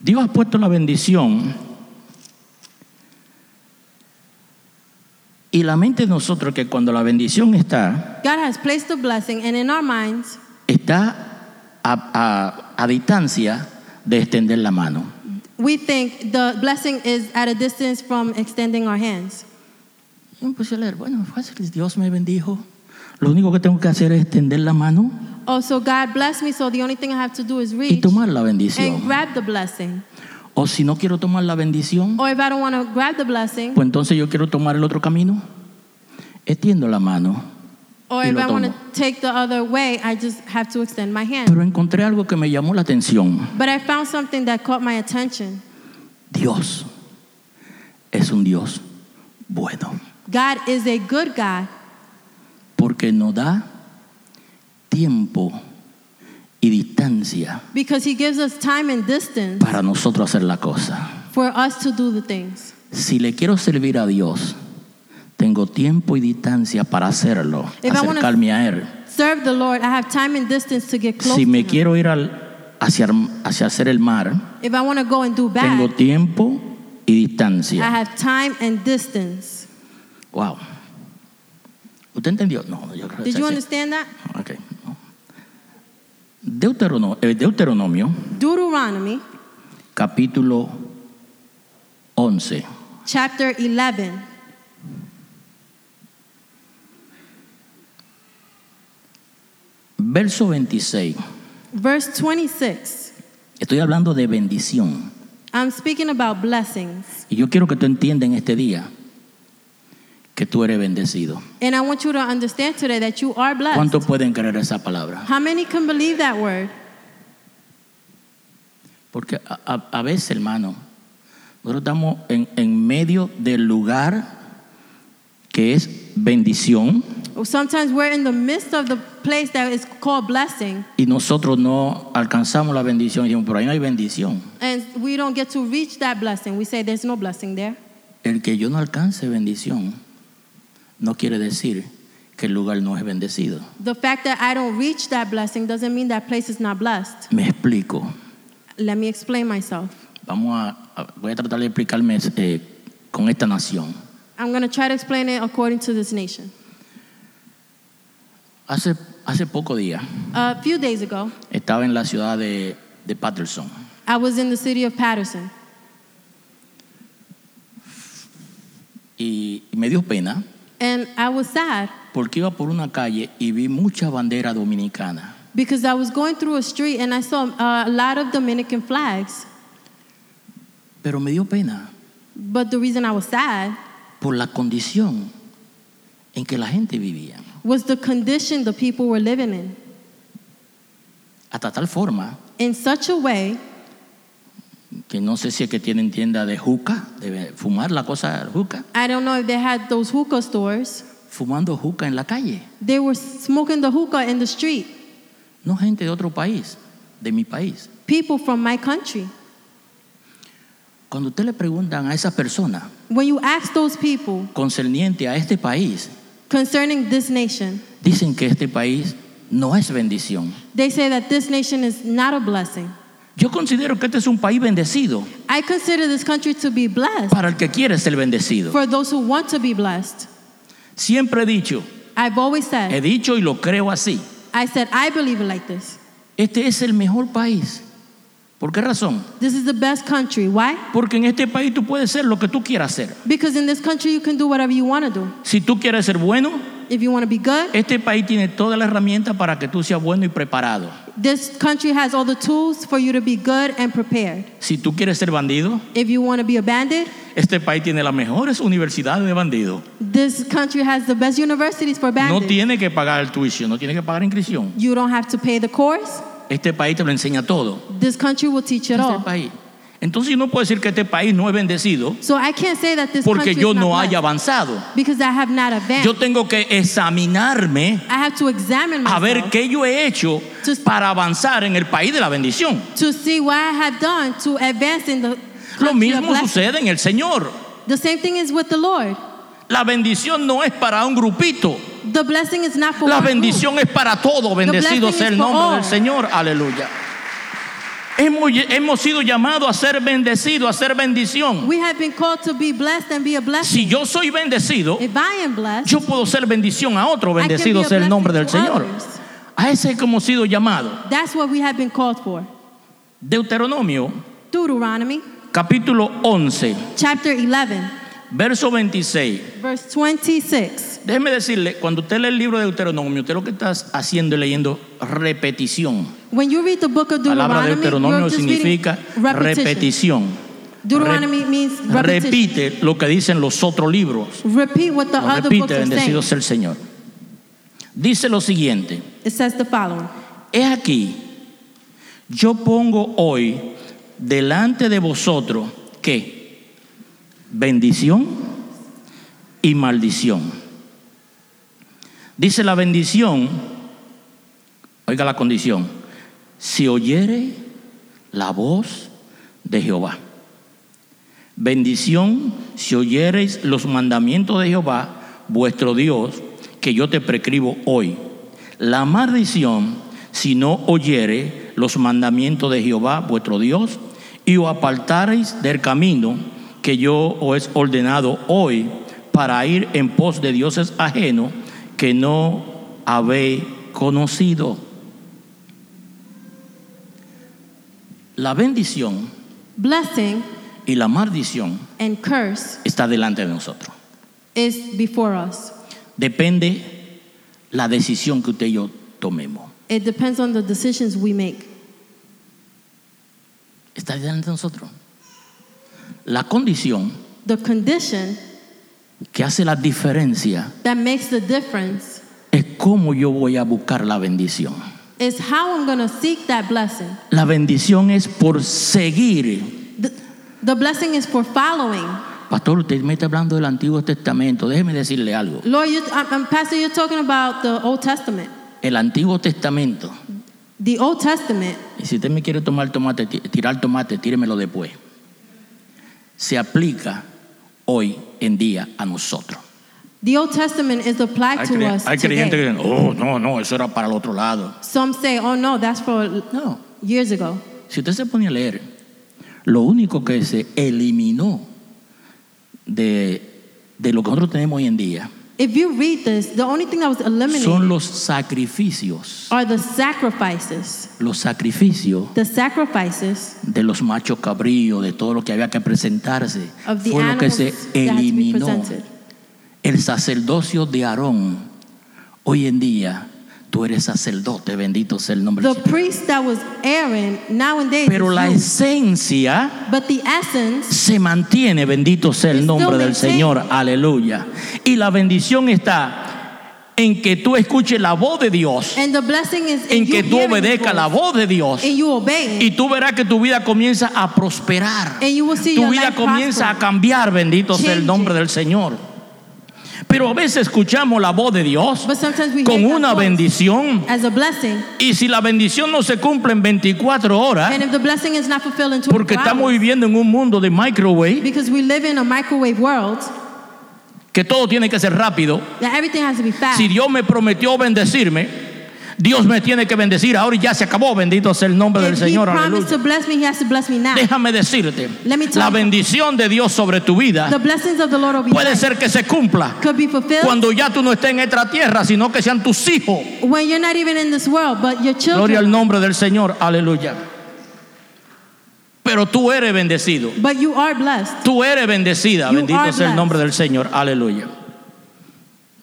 [SPEAKER 1] Dios ha puesto la bendición y la mente de nosotros que cuando la bendición está,
[SPEAKER 2] God has placed a blessing, and in our minds,
[SPEAKER 1] está a, a- a distancia de extender la mano.
[SPEAKER 2] we think the blessing is at a distance from extending our hands.
[SPEAKER 1] Y empecé a leer, bueno, fácil, Dios me bendijo. Lo único que tengo que hacer es extender la mano
[SPEAKER 2] Oh, so God bless me, so the only thing I have to do is
[SPEAKER 1] y
[SPEAKER 2] reach
[SPEAKER 1] tomar la
[SPEAKER 2] and
[SPEAKER 1] bendición.
[SPEAKER 2] grab the blessing.
[SPEAKER 1] O si no quiero tomar la bendición,
[SPEAKER 2] Or if I don't want to grab the blessing,
[SPEAKER 1] pues entonces yo quiero tomar el otro camino. Extiendo la mano.
[SPEAKER 2] or
[SPEAKER 1] Y
[SPEAKER 2] if
[SPEAKER 1] lo
[SPEAKER 2] I want to
[SPEAKER 1] tomo.
[SPEAKER 2] take the other way, I just have to extend my hand.
[SPEAKER 1] Pero encontré algo que me llamó la atención.
[SPEAKER 2] But I found something that caught my attention.
[SPEAKER 1] Dios es un Dios bueno,
[SPEAKER 2] God is a good God
[SPEAKER 1] porque nos da tiempo y distancia
[SPEAKER 2] because He gives us time and distance
[SPEAKER 1] para nosotros hacer la cosa.
[SPEAKER 2] for us to do the things.
[SPEAKER 1] Si le quiero servir a Dios, tengo tiempo y distancia para hacerlo,
[SPEAKER 2] If I wanna-
[SPEAKER 1] acercarme a Él.
[SPEAKER 2] Serve the Lord. I have time and distance to get close.
[SPEAKER 1] Si me
[SPEAKER 2] to him.
[SPEAKER 1] quiero ir al- hacia, hacia hacer el mar,
[SPEAKER 2] If I want to go and do
[SPEAKER 1] tengo
[SPEAKER 2] bad,
[SPEAKER 1] tiempo y
[SPEAKER 2] I
[SPEAKER 1] distancia.
[SPEAKER 2] have time and distance.
[SPEAKER 1] Wow. ¿Usted entendió? No, yo creo que
[SPEAKER 2] Did you
[SPEAKER 1] sí.
[SPEAKER 2] understand that?
[SPEAKER 1] Ok. Deuterono- eh, Deuteronomio,
[SPEAKER 2] Deuteronomy
[SPEAKER 1] capítulo 11.
[SPEAKER 2] chapter 11.
[SPEAKER 1] Verso 26.
[SPEAKER 2] Verse 26.
[SPEAKER 1] Estoy hablando de bendición.
[SPEAKER 2] I'm speaking about blessings.
[SPEAKER 1] Y yo quiero que tú entiendas en este día que tú eres bendecido.
[SPEAKER 2] And I want you to understand today that you are blessed.
[SPEAKER 1] ¿Cuántos pueden creer esa palabra?
[SPEAKER 2] How many can believe that word?
[SPEAKER 1] Porque a, a- a veces, hermano, nosotros estamos en, en medio del lugar que es bendición
[SPEAKER 2] Sometimes we're in the midst of the place that is called blessing,
[SPEAKER 1] y nosotros no alcanzamos la bendición. Y decimos, pero ahí no hay bendición.
[SPEAKER 2] and we don't get to reach that blessing. We say there's no blessing there.
[SPEAKER 1] El que yo no alcance bendición no quiere decir que el lugar no es bendecido.
[SPEAKER 2] The fact that I don't reach that blessing doesn't mean that place is not blessed.
[SPEAKER 1] Me explico.
[SPEAKER 2] Let me explain myself.
[SPEAKER 1] Vamos a, a- voy a tratar de explicarme eh, con esta nación.
[SPEAKER 2] I'm going to try to explain it according to this nation.
[SPEAKER 1] Hace, hace poco día
[SPEAKER 2] A few days ago,
[SPEAKER 1] estaba en la ciudad de, de Patterson.
[SPEAKER 2] I was in the city of Patterson,
[SPEAKER 1] y me dio pena
[SPEAKER 2] and I was sad
[SPEAKER 1] porque iba por una calle y vi mucha bandera dominicana.
[SPEAKER 2] because I was going through a street and I saw uh, a lot of Dominican flags.
[SPEAKER 1] Pero me dio pena
[SPEAKER 2] But the reason I was sad
[SPEAKER 1] por la condición en que la gente vivía.
[SPEAKER 2] was the condition the people were living in,
[SPEAKER 1] Hasta tal forma
[SPEAKER 2] in such a way
[SPEAKER 1] que no sé si es que tienen tienda de juca, de fumar la cosa juca,
[SPEAKER 2] I don't know if they had those hookah stores.
[SPEAKER 1] fumando juca en la calle.
[SPEAKER 2] They were smoking the hookah in the street.
[SPEAKER 1] No gente de otro país, de mi país.
[SPEAKER 2] People from my country.
[SPEAKER 1] Cuando usted le preguntan a esas personas
[SPEAKER 2] When you ask those people
[SPEAKER 1] concerniente a este país,
[SPEAKER 2] concerning this nation,
[SPEAKER 1] dicen que este país no es bendición.
[SPEAKER 2] they say that this nation is not a blessing.
[SPEAKER 1] Yo considero que este es un país bendecido
[SPEAKER 2] I consider this country to be blessed
[SPEAKER 1] para el que quiere ser bendecido.
[SPEAKER 2] for those who want to be blessed.
[SPEAKER 1] Siempre he dicho,
[SPEAKER 2] I've always
[SPEAKER 1] he
[SPEAKER 2] said,
[SPEAKER 1] dicho y lo creo así,
[SPEAKER 2] I said, I believe it like this.
[SPEAKER 1] este es el mejor país. ¿Por qué razón?
[SPEAKER 2] This is the best country. Why?
[SPEAKER 1] Porque en este país tú puedes ser lo que tú quieras ser.
[SPEAKER 2] Because in this country, you can do whatever you want to do.
[SPEAKER 1] Si tú quieres ser bueno,
[SPEAKER 2] If you want to be good,
[SPEAKER 1] este país tiene todas las herramientas para que tú seas bueno y preparado.
[SPEAKER 2] this country has all the tools for you to be good and prepared.
[SPEAKER 1] Si tú quieres ser bandido,
[SPEAKER 2] If you want to be a bandit,
[SPEAKER 1] este país tiene las mejores universidades de bandido.
[SPEAKER 2] this country has the best universities for
[SPEAKER 1] No
[SPEAKER 2] bandits.
[SPEAKER 1] tiene que pagar el tuition, no tiene que pagar inscripción.
[SPEAKER 2] you don't have to pay the course.
[SPEAKER 1] Este país te lo enseña todo.
[SPEAKER 2] This country will teach
[SPEAKER 1] Este
[SPEAKER 2] it all.
[SPEAKER 1] país. Entonces yo no puedo decir que este país no es bendecido
[SPEAKER 2] So I can't say that this
[SPEAKER 1] porque
[SPEAKER 2] country
[SPEAKER 1] yo
[SPEAKER 2] is not
[SPEAKER 1] no
[SPEAKER 2] blessed
[SPEAKER 1] haya avanzado.
[SPEAKER 2] because I have not advanced.
[SPEAKER 1] Yo tengo que examinarme
[SPEAKER 2] I have to examine
[SPEAKER 1] a
[SPEAKER 2] myself
[SPEAKER 1] ver qué yo he hecho
[SPEAKER 2] Just-
[SPEAKER 1] para avanzar en el país de la bendición.
[SPEAKER 2] to see what I have done to advance in the
[SPEAKER 1] Lo
[SPEAKER 2] country of
[SPEAKER 1] mismo
[SPEAKER 2] blessing.
[SPEAKER 1] sucede en el Señor.
[SPEAKER 2] The same thing is with the Lord.
[SPEAKER 1] La bendición no es para un grupito.
[SPEAKER 2] The blessing is not for
[SPEAKER 1] La
[SPEAKER 2] one group.
[SPEAKER 1] bendición es para todo. Bendecido
[SPEAKER 2] blessing
[SPEAKER 1] sea
[SPEAKER 2] is
[SPEAKER 1] el
[SPEAKER 2] for
[SPEAKER 1] nombre del
[SPEAKER 2] all.
[SPEAKER 1] Señor. Aleluya. Hemos, hemos sido llamados a ser bendecidos, a ser bendición.
[SPEAKER 2] We have been called to be blessed and be a blessing.
[SPEAKER 1] Si yo soy bendecido,
[SPEAKER 2] If I am blessed,
[SPEAKER 1] yo puedo ser bendición a otro.
[SPEAKER 2] I can be
[SPEAKER 1] Bendecido
[SPEAKER 2] a
[SPEAKER 1] sea el nombre del
[SPEAKER 2] blessing to
[SPEAKER 1] Señor.
[SPEAKER 2] others.
[SPEAKER 1] A ese es como hemos sido llamado.
[SPEAKER 2] that's what we have been called for.
[SPEAKER 1] Deuteronomio,
[SPEAKER 2] Deuteronomy
[SPEAKER 1] capítulo 11,
[SPEAKER 2] chapter 11,
[SPEAKER 1] verso 26.
[SPEAKER 2] verse 26.
[SPEAKER 1] Déjeme decirle, cuando usted lee el libro de Deuteronomio, usted lo que está haciendo es leyendo repetición.
[SPEAKER 2] When you read the book of
[SPEAKER 1] La palabra
[SPEAKER 2] Deuteronomy,
[SPEAKER 1] Deuteronomio
[SPEAKER 2] you're just reading
[SPEAKER 1] significa
[SPEAKER 2] repetition.
[SPEAKER 1] repetición.
[SPEAKER 2] Deuteronomy means repetition.
[SPEAKER 1] Repite lo que dicen los otros libros.
[SPEAKER 2] Repeat what the
[SPEAKER 1] Lo
[SPEAKER 2] other books
[SPEAKER 1] repite,
[SPEAKER 2] are
[SPEAKER 1] bendecido
[SPEAKER 2] saying.
[SPEAKER 1] sea el Señor. Dice lo siguiente,
[SPEAKER 2] It says the following.
[SPEAKER 1] he aquí, yo pongo hoy delante de vosotros que bendición y maldición. Dice la bendición, oiga la condición, si oyere la voz de Jehová. Bendición si oyereis los mandamientos de Jehová, vuestro Dios, que yo te prescribo hoy. La maldición si no oyere los mandamientos de Jehová, vuestro Dios, y os apartareis del camino que yo os he ordenado hoy para ir en pos de dioses ajenos que no habéis conocido. La bendición
[SPEAKER 2] Blessing
[SPEAKER 1] y la maldición
[SPEAKER 2] and curse
[SPEAKER 1] está delante de nosotros.
[SPEAKER 2] is before us.
[SPEAKER 1] Depende la decisión que usted y yo tomemos.
[SPEAKER 2] It depends on the decisions we make.
[SPEAKER 1] Está delante de nosotros. La condición
[SPEAKER 2] The condition
[SPEAKER 1] que hace la diferencia
[SPEAKER 2] that makes the difference
[SPEAKER 1] es cómo yo voy a buscar la bendición.
[SPEAKER 2] is how I'm going to seek that blessing.
[SPEAKER 1] La bendición es por seguir.
[SPEAKER 2] The, the blessing is for following.
[SPEAKER 1] Pastor, usted me está hablando del Antiguo Testamento. Déjeme decirle algo.
[SPEAKER 2] Lord, you, I'm, I'm- Pastor, you're talking about the Old Testament.
[SPEAKER 1] El Antiguo Testamento.
[SPEAKER 2] The Old Testament,
[SPEAKER 1] Y si usted me quiere tomar tomate, ti- tirar tomate, tíremelo después. Se aplica hoy en día a nosotros.
[SPEAKER 2] the Old Testament is applied
[SPEAKER 1] Hay,
[SPEAKER 2] to
[SPEAKER 1] cre-
[SPEAKER 2] us
[SPEAKER 1] hay creyentes que
[SPEAKER 2] today.
[SPEAKER 1] dicen, oh, no, no, eso era para el otro lado.
[SPEAKER 2] Some say, oh no, that's for
[SPEAKER 1] No,
[SPEAKER 2] years ago.
[SPEAKER 1] si usted se pone a leer, lo único que se eliminó de, de lo que nosotros tenemos hoy en día
[SPEAKER 2] If you read this, the only thing that was eliminated
[SPEAKER 1] son los sacrificios,
[SPEAKER 2] are the sacrifices.
[SPEAKER 1] los sacrificios
[SPEAKER 2] The sacrifices
[SPEAKER 1] de los machos cabríos, de todo lo que había que presentarse,
[SPEAKER 2] of the
[SPEAKER 1] fue lo que
[SPEAKER 2] animals
[SPEAKER 1] se
[SPEAKER 2] that had to be
[SPEAKER 1] eliminó.
[SPEAKER 2] presented.
[SPEAKER 1] El sacerdocio de Aarón, hoy en día, tú eres sacerdote, bendito sea el nombre
[SPEAKER 2] The
[SPEAKER 1] del Señor.
[SPEAKER 2] priest that was Aaron nowadays,
[SPEAKER 1] Pero
[SPEAKER 2] is
[SPEAKER 1] la
[SPEAKER 2] you.
[SPEAKER 1] esencia
[SPEAKER 2] but the essence
[SPEAKER 1] se mantiene, bendito sea el
[SPEAKER 2] It's
[SPEAKER 1] nombre
[SPEAKER 2] still
[SPEAKER 1] del
[SPEAKER 2] maintained.
[SPEAKER 1] Señor, aleluya. Y la bendición está en que tú escuches la voz de Dios,
[SPEAKER 2] and the blessing is in
[SPEAKER 1] en que
[SPEAKER 2] you
[SPEAKER 1] tú
[SPEAKER 2] hearing His
[SPEAKER 1] obedezcas la
[SPEAKER 2] voice,
[SPEAKER 1] voz de Dios
[SPEAKER 2] and you obey
[SPEAKER 1] y
[SPEAKER 2] it,
[SPEAKER 1] tú verás que tu vida comienza a prosperar.
[SPEAKER 2] and you will see
[SPEAKER 1] Tu
[SPEAKER 2] your
[SPEAKER 1] vida
[SPEAKER 2] life
[SPEAKER 1] comienza a
[SPEAKER 2] prosper.
[SPEAKER 1] cambiar, bendito sea el
[SPEAKER 2] Changing.
[SPEAKER 1] nombre del Señor. Pero a veces escuchamos la voz de Dios
[SPEAKER 2] But sometimes we
[SPEAKER 1] con
[SPEAKER 2] hear that
[SPEAKER 1] una
[SPEAKER 2] voice
[SPEAKER 1] bendición
[SPEAKER 2] as a blessing,
[SPEAKER 1] y si la bendición no se cumple en 24 horas,
[SPEAKER 2] and if the blessing is not fulfilled in 24
[SPEAKER 1] porque estamos
[SPEAKER 2] hours,
[SPEAKER 1] viviendo en un mundo de microwave,
[SPEAKER 2] because we live in a microwave world,
[SPEAKER 1] que todo tiene que ser rápido.
[SPEAKER 2] that everything has to be fast.
[SPEAKER 1] Si Dios me prometió bendecirme, Dios me tiene que bendecir. Ahora y ya se acabó. Bendito sea el nombre del
[SPEAKER 2] if He
[SPEAKER 1] Señor.
[SPEAKER 2] promised
[SPEAKER 1] Aleluya.
[SPEAKER 2] to bless me, He has to bless me now.
[SPEAKER 1] Déjame decirte,
[SPEAKER 2] Let me tell
[SPEAKER 1] la
[SPEAKER 2] you.
[SPEAKER 1] bendición de Dios sobre tu vida
[SPEAKER 2] The blessings of the Lord will be
[SPEAKER 1] puede
[SPEAKER 2] mine.
[SPEAKER 1] ser que se cumpla
[SPEAKER 2] could be fulfilled
[SPEAKER 1] cuando ya tú no estés en esta tierra, sino que sean tus hijos.
[SPEAKER 2] when you're not even in this world, but your
[SPEAKER 1] Gloria al
[SPEAKER 2] children.
[SPEAKER 1] nombre del Señor. Aleluya. Pero tú eres bendecido.
[SPEAKER 2] But you are blessed.
[SPEAKER 1] Tú eres bendecida.
[SPEAKER 2] You
[SPEAKER 1] Bendito
[SPEAKER 2] are
[SPEAKER 1] sea el
[SPEAKER 2] blessed.
[SPEAKER 1] nombre del Señor. Aleluya.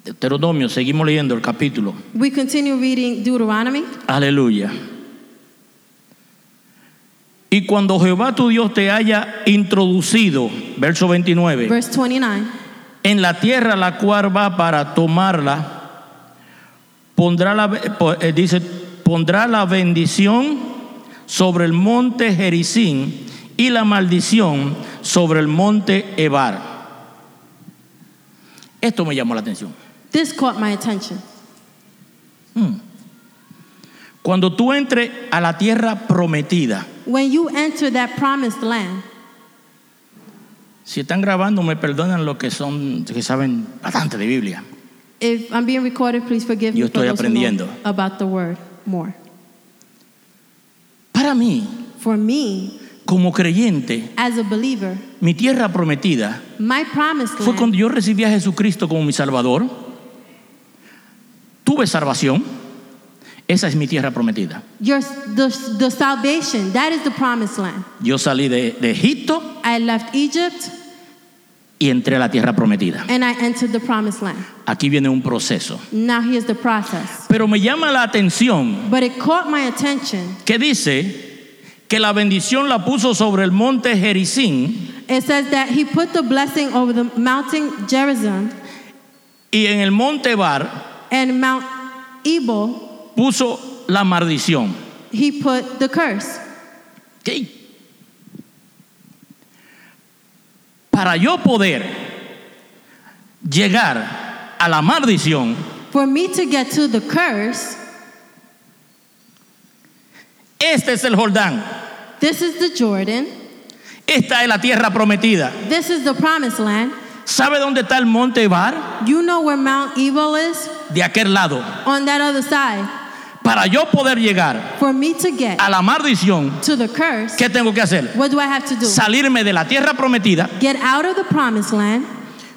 [SPEAKER 1] Deuteronomio, seguimos leyendo el capítulo.
[SPEAKER 2] We continue reading Deuteronomy.
[SPEAKER 1] Aleluya. Y cuando Jehová tu Dios te haya introducido, verso 29,
[SPEAKER 2] Verse 29.
[SPEAKER 1] en la tierra la cual va para tomarla, pondrá la, be- po- eh, dice, pondrá la bendición sobre el monte Jericín y la maldición sobre el monte Ebar. Esto me llamó la atención. Hmm.
[SPEAKER 2] This caught my attention.
[SPEAKER 1] Cuando tú entres a la tierra prometida,
[SPEAKER 2] When you enter that promised land,
[SPEAKER 1] Si están grabando, me perdonan los que son que saben bastante de Biblia.
[SPEAKER 2] if I'm being recorded, please forgive
[SPEAKER 1] Yo
[SPEAKER 2] me for
[SPEAKER 1] estoy
[SPEAKER 2] those who know
[SPEAKER 1] aprendiendo.
[SPEAKER 2] about the word more.
[SPEAKER 1] Para mí,
[SPEAKER 2] For me,
[SPEAKER 1] como creyente,
[SPEAKER 2] as a believer,
[SPEAKER 1] mi tierra prometida
[SPEAKER 2] my promised
[SPEAKER 1] fue
[SPEAKER 2] land,
[SPEAKER 1] cuando yo recibí a Jesucristo como mi Salvador. Tuve salvación. Esa es mi tierra prometida.
[SPEAKER 2] your, the, the salvation, that is the promised land.
[SPEAKER 1] Yo salí de, de Egipto
[SPEAKER 2] I left Egypt
[SPEAKER 1] y entré a la tierra prometida.
[SPEAKER 2] and I entered the promised land.
[SPEAKER 1] Aquí viene un proceso.
[SPEAKER 2] Now here's the process.
[SPEAKER 1] Pero me llama la atención
[SPEAKER 2] But it caught my attention.
[SPEAKER 1] que dice que la bendición la puso sobre el monte Jericín.
[SPEAKER 2] It says that he put the blessing over the mountain Gerizim
[SPEAKER 1] Y en el monte Bar
[SPEAKER 2] and Mount Ebal,
[SPEAKER 1] puso la maldición.
[SPEAKER 2] he put the curse.
[SPEAKER 1] ¿Qué? Para yo poder llegar a la maldición,
[SPEAKER 2] For me to get to the curse,
[SPEAKER 1] este es el Jordán,
[SPEAKER 2] this is the Jordan,
[SPEAKER 1] esta es la tierra prometida.
[SPEAKER 2] this is the promised land.
[SPEAKER 1] ¿Sabe dónde está el monte Bar?
[SPEAKER 2] You know where Mount Ebal is?
[SPEAKER 1] De aquel lado.
[SPEAKER 2] On that other side.
[SPEAKER 1] Para yo poder llegar
[SPEAKER 2] For me to get
[SPEAKER 1] a la maldición,
[SPEAKER 2] to the curse,
[SPEAKER 1] ¿qué tengo que hacer?
[SPEAKER 2] what do I have to do?
[SPEAKER 1] Salirme de la tierra prometida,
[SPEAKER 2] Get out of the promised land,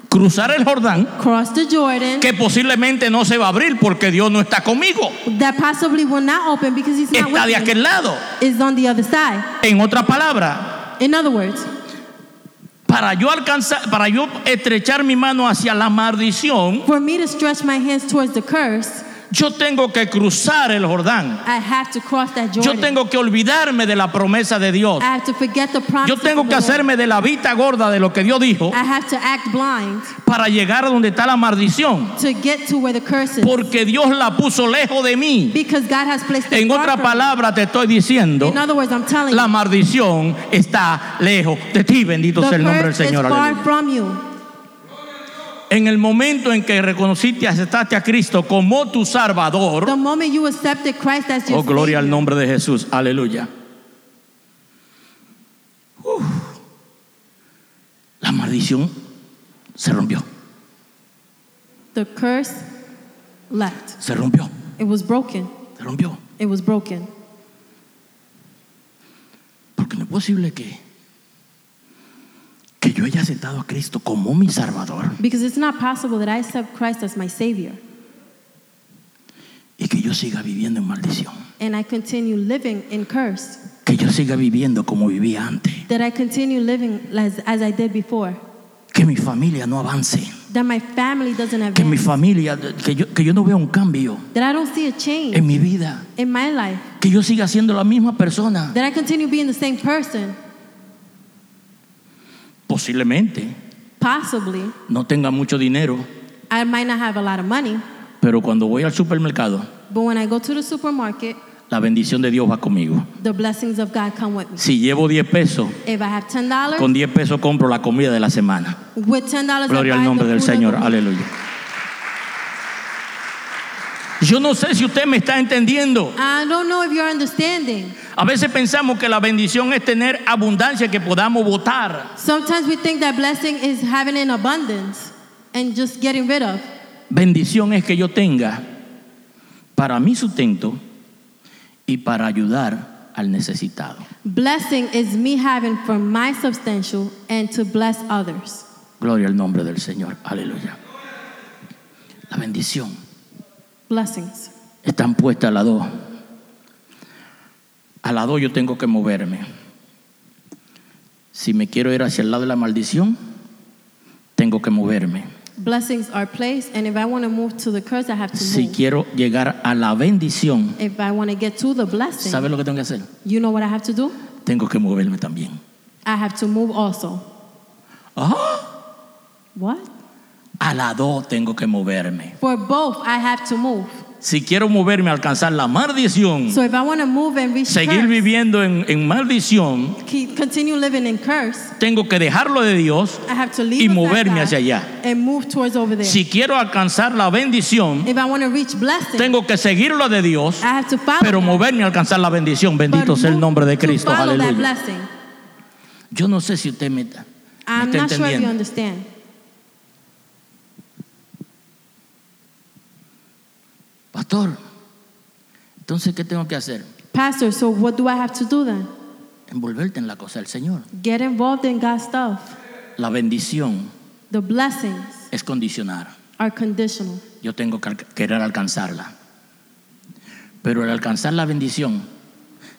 [SPEAKER 1] cruzar el Jordán,
[SPEAKER 2] cross the Jordan,
[SPEAKER 1] que posiblemente no se va a abrir porque Dios no está conmigo.
[SPEAKER 2] that possibly will not open because he's not
[SPEAKER 1] Está de
[SPEAKER 2] with me.
[SPEAKER 1] aquel lado.
[SPEAKER 2] Is on the other side.
[SPEAKER 1] En otras palabras,
[SPEAKER 2] In other words,
[SPEAKER 1] para yo alcanzar, para yo estrechar mi mano hacia la maldición,
[SPEAKER 2] for me to stretch my hands towards the curse,
[SPEAKER 1] yo tengo que cruzar el Jordán.
[SPEAKER 2] I have to cross that
[SPEAKER 1] Yo
[SPEAKER 2] Jordan.
[SPEAKER 1] tengo que olvidarme de la promesa de Dios.
[SPEAKER 2] I have to forget the promise.
[SPEAKER 1] Yo tengo que hacerme de la vista gorda de lo que Dios dijo
[SPEAKER 2] I have to act blind
[SPEAKER 1] para llegar a donde está la maldición,
[SPEAKER 2] to get to where the curse is.
[SPEAKER 1] porque Dios la puso lejos de mí.
[SPEAKER 2] because God has placed it
[SPEAKER 1] En
[SPEAKER 2] far
[SPEAKER 1] otras
[SPEAKER 2] from me.
[SPEAKER 1] palabras te estoy diciendo,
[SPEAKER 2] In other words, I'm telling
[SPEAKER 1] la
[SPEAKER 2] you,
[SPEAKER 1] maldición está lejos de ti, bendito
[SPEAKER 2] the
[SPEAKER 1] sea el nombre del
[SPEAKER 2] curse is
[SPEAKER 1] Señor.
[SPEAKER 2] far
[SPEAKER 1] aleluya.
[SPEAKER 2] from you.
[SPEAKER 1] En el momento en que reconociste y aceptaste a Cristo como tu Salvador,
[SPEAKER 2] The moment you accepted Christ as your
[SPEAKER 1] Oh, gloria al
[SPEAKER 2] Savior,
[SPEAKER 1] nombre de Jesús. Aleluya. Uf. La maldición se rompió.
[SPEAKER 2] the curse left.
[SPEAKER 1] Se rompió.
[SPEAKER 2] It was broken.
[SPEAKER 1] Se rompió.
[SPEAKER 2] It was broken.
[SPEAKER 1] Porque no es posible que, que yo haya aceptado a Cristo como mi Salvador
[SPEAKER 2] Because it's not possible that I accept Christ as my Savior
[SPEAKER 1] y que yo siga viviendo en maldición,
[SPEAKER 2] and I continue living in curse,
[SPEAKER 1] que yo siga viviendo como vivía antes,
[SPEAKER 2] that I continue living as, as I did before,
[SPEAKER 1] que mi familia no avance,
[SPEAKER 2] that my family doesn't
[SPEAKER 1] que mi
[SPEAKER 2] advance,
[SPEAKER 1] familia, que yo, que yo no vea un cambio
[SPEAKER 2] that I don't see a change
[SPEAKER 1] en mi vida,
[SPEAKER 2] in my life,
[SPEAKER 1] que yo siga siendo la misma persona.
[SPEAKER 2] that I continue being the same person,
[SPEAKER 1] Posiblemente
[SPEAKER 2] possibly.
[SPEAKER 1] no tenga mucho dinero,
[SPEAKER 2] I might not have a lot of money,
[SPEAKER 1] pero cuando voy al supermercado,
[SPEAKER 2] but when I go to the supermarket,
[SPEAKER 1] la bendición de Dios va conmigo.
[SPEAKER 2] the blessings of God come with me.
[SPEAKER 1] Si llevo 10 pesos,
[SPEAKER 2] If I have $10,
[SPEAKER 1] con 10 pesos compro la comida de la semana.
[SPEAKER 2] with $10,
[SPEAKER 1] Gloria
[SPEAKER 2] I
[SPEAKER 1] al
[SPEAKER 2] buy
[SPEAKER 1] nombre
[SPEAKER 2] the
[SPEAKER 1] del
[SPEAKER 2] food of
[SPEAKER 1] Señor.
[SPEAKER 2] the week.
[SPEAKER 1] Aleluya. Yo no sé si usted me está entendiendo.
[SPEAKER 2] I don't know if you're understanding.
[SPEAKER 1] A veces pensamos que la bendición es tener abundancia que podamos votar.
[SPEAKER 2] Sometimes we think that blessing is having an abundance and just getting rid of.
[SPEAKER 1] Bendición es que yo tenga para mi sustento y para ayudar al necesitado.
[SPEAKER 2] Blessing is me having for my substantial and to bless others.
[SPEAKER 1] Gloria al nombre del Señor. Aleluya. La bendición
[SPEAKER 2] Blessings.
[SPEAKER 1] están puestas a la dos. A la dos yo tengo que moverme. Si me quiero ir hacia el lado de la maldición, tengo que moverme.
[SPEAKER 2] Blessings are placed, and if I want to move to the curse, I have to
[SPEAKER 1] Si
[SPEAKER 2] move.
[SPEAKER 1] quiero llegar a la bendición,
[SPEAKER 2] If I want to get to the blessing,
[SPEAKER 1] ¿sabe lo que tengo que hacer?
[SPEAKER 2] you know what I have to do?
[SPEAKER 1] Tengo que moverme también.
[SPEAKER 2] I have to move also.
[SPEAKER 1] Ah,
[SPEAKER 2] What?
[SPEAKER 1] A la dos tengo que moverme.
[SPEAKER 2] For both, I have to move.
[SPEAKER 1] Si quiero moverme a alcanzar la maldición,
[SPEAKER 2] So if I want to move and reach
[SPEAKER 1] seguir
[SPEAKER 2] curse,
[SPEAKER 1] viviendo en, en maldición,
[SPEAKER 2] keep, continue living in curse,
[SPEAKER 1] tengo que dejarlo de Dios.
[SPEAKER 2] I have to leave
[SPEAKER 1] Y
[SPEAKER 2] of that
[SPEAKER 1] moverme
[SPEAKER 2] God
[SPEAKER 1] hacia allá.
[SPEAKER 2] and move towards over there.
[SPEAKER 1] Si quiero alcanzar la bendición,
[SPEAKER 2] If I want to reach blessing,
[SPEAKER 1] tengo que seguirlo de Dios.
[SPEAKER 2] I have to follow
[SPEAKER 1] pero
[SPEAKER 2] that,
[SPEAKER 1] moverme a alcanzar la bendición.
[SPEAKER 2] but
[SPEAKER 1] Bendito sea el
[SPEAKER 2] move
[SPEAKER 1] nombre de
[SPEAKER 2] to
[SPEAKER 1] Cristo.
[SPEAKER 2] follow that
[SPEAKER 1] Aleluya.
[SPEAKER 2] blessing.
[SPEAKER 1] Yo no sé si usted me, está- me
[SPEAKER 2] I'm
[SPEAKER 1] está
[SPEAKER 2] not sure if you
[SPEAKER 1] entendiendo.
[SPEAKER 2] understand.
[SPEAKER 1] Pastor, entonces, ¿qué tengo que hacer?
[SPEAKER 2] Pastor, so what do I have to do then?
[SPEAKER 1] Envolverte en la cosa del Señor.
[SPEAKER 2] Get involved in God's stuff.
[SPEAKER 1] La bendición
[SPEAKER 2] The blessings
[SPEAKER 1] es condicionar.
[SPEAKER 2] are conditional.
[SPEAKER 1] Yo tengo que alca- querer alcanzarla. Pero el alcanzar la bendición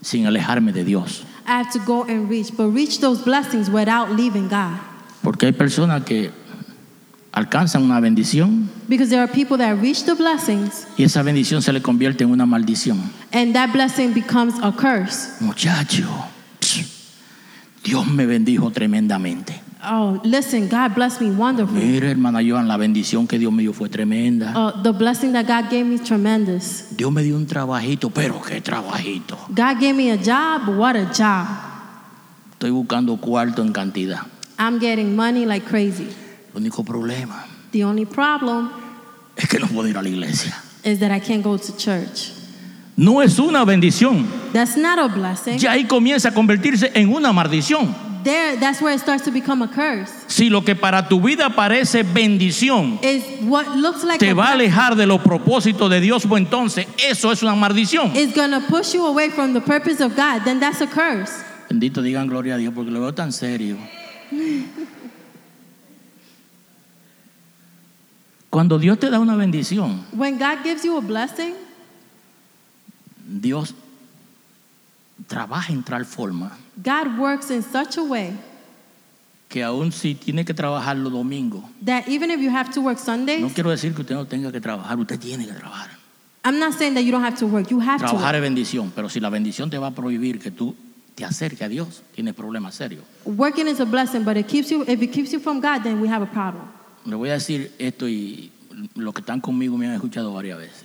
[SPEAKER 1] sin alejarme de Dios.
[SPEAKER 2] I have to go and reach, but reach those blessings without leaving God.
[SPEAKER 1] Porque hay personas que alcanzan una bendición
[SPEAKER 2] Because there are people that reach the blessings
[SPEAKER 1] y esa bendición se le convierte en una maldición.
[SPEAKER 2] and that blessing becomes a curse.
[SPEAKER 1] Muchacho, Dios me bendijo tremendamente.
[SPEAKER 2] Oh, listen, God blessed me wonderfully.
[SPEAKER 1] Mira, hermana Joan, la bendición que Dios me dio fue tremenda.
[SPEAKER 2] Uh, the blessing that God gave me is tremendous.
[SPEAKER 1] Dios me dio un trabajito, pero qué trabajito.
[SPEAKER 2] God gave me a job, what a job.
[SPEAKER 1] Estoy buscando cuarto en cantidad.
[SPEAKER 2] I'm getting money like crazy.
[SPEAKER 1] El único problema
[SPEAKER 2] The only problem
[SPEAKER 1] es que no puedo ir a la iglesia.
[SPEAKER 2] is that I can't go to church.
[SPEAKER 1] No es una bendición.
[SPEAKER 2] That's not a blessing.
[SPEAKER 1] Ya ahí comienza a convertirse en una maldición.
[SPEAKER 2] There, that's where it starts to become a curse.
[SPEAKER 1] Si lo que para tu vida parece bendición
[SPEAKER 2] Is what looks like
[SPEAKER 1] te
[SPEAKER 2] a
[SPEAKER 1] va a alejar de los propósitos de Dios, pues entonces eso es una maldición.
[SPEAKER 2] is gonna push you away from the purpose of God, then that's a curse.
[SPEAKER 1] Bendito digan gloria a Dios porque lo veo tan serio. Cuando Dios te da una bendición,
[SPEAKER 2] When God gives you a blessing,
[SPEAKER 1] Dios trabaja en tal forma
[SPEAKER 2] God works in such a way
[SPEAKER 1] que aun si tiene que trabajar los domingos,
[SPEAKER 2] that even if you have to work
[SPEAKER 1] no
[SPEAKER 2] Sundays,
[SPEAKER 1] quiero decir que usted no tenga que trabajar, usted tiene que trabajar.
[SPEAKER 2] I'm not saying that you don't have to work. You have to.
[SPEAKER 1] Trabajar
[SPEAKER 2] Work.
[SPEAKER 1] es bendición, pero si la bendición te va a prohibir que tú te acerques a Dios, tienes problemas serios.
[SPEAKER 2] Working is a blessing, but it keeps you. If it keeps you from God, then we have a problem.
[SPEAKER 1] Le voy a decir esto y los que están conmigo me han escuchado varias veces.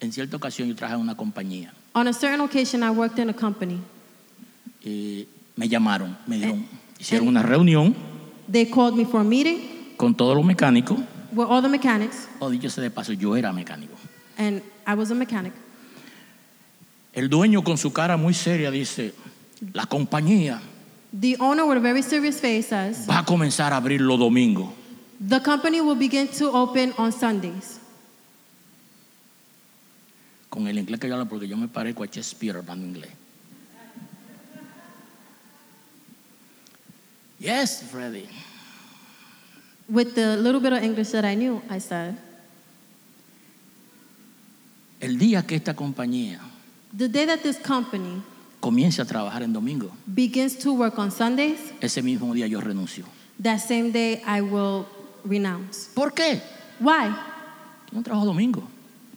[SPEAKER 1] En cierta ocasión yo traje a una compañía.
[SPEAKER 2] On a certain occasion, I worked in a company.
[SPEAKER 1] Eh, me llamaron, me dijeron, hicieron una reunión
[SPEAKER 2] They called me for a meeting
[SPEAKER 1] con todos los mecánicos,
[SPEAKER 2] with all the mechanics,
[SPEAKER 1] o dicho sea de paso, yo era mecánico.
[SPEAKER 2] and I was a mechanic.
[SPEAKER 1] El dueño con su cara muy seria dice, la compañía
[SPEAKER 2] The owner with a very serious face says,
[SPEAKER 1] va a comenzar a abrir los domingos.
[SPEAKER 2] The company will begin to open on Sundays.
[SPEAKER 1] Con el inglés que yo hablo, porque yo me parezco a Shakespeare hablando inglés. Yes, Freddy.
[SPEAKER 2] With the little bit of English that I knew, I said,
[SPEAKER 1] El día que esta compañía
[SPEAKER 2] The day that this company
[SPEAKER 1] comience a trabajar en domingo,
[SPEAKER 2] begins to work on Sundays,
[SPEAKER 1] ese mismo día yo renuncio.
[SPEAKER 2] that same day I will renounce.
[SPEAKER 1] ¿Por qué?
[SPEAKER 2] Why?
[SPEAKER 1] Yo no trabajo domingo.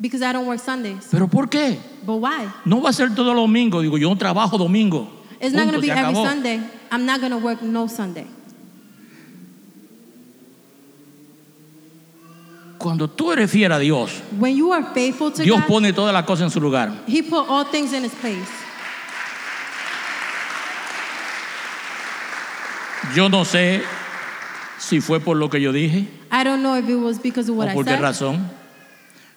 [SPEAKER 2] Because I don't work Sundays.
[SPEAKER 1] ¿Pero por qué?
[SPEAKER 2] But why?
[SPEAKER 1] No va a ser todo domingo. Digo, yo no trabajo domingo.
[SPEAKER 2] It's not going
[SPEAKER 1] Punto,
[SPEAKER 2] to be
[SPEAKER 1] se
[SPEAKER 2] every
[SPEAKER 1] acabó.
[SPEAKER 2] Sunday. I'm not going to work no Sunday.
[SPEAKER 1] Cuando tú eres fiel a Dios,
[SPEAKER 2] When you are faithful to
[SPEAKER 1] Dios
[SPEAKER 2] God,
[SPEAKER 1] pone todas las cosas en su lugar.
[SPEAKER 2] He put all things in His place.
[SPEAKER 1] Yo no sé si fue por lo que yo dije
[SPEAKER 2] I don't know if it was because of what
[SPEAKER 1] o
[SPEAKER 2] I
[SPEAKER 1] Oh, por qué
[SPEAKER 2] said,
[SPEAKER 1] razón,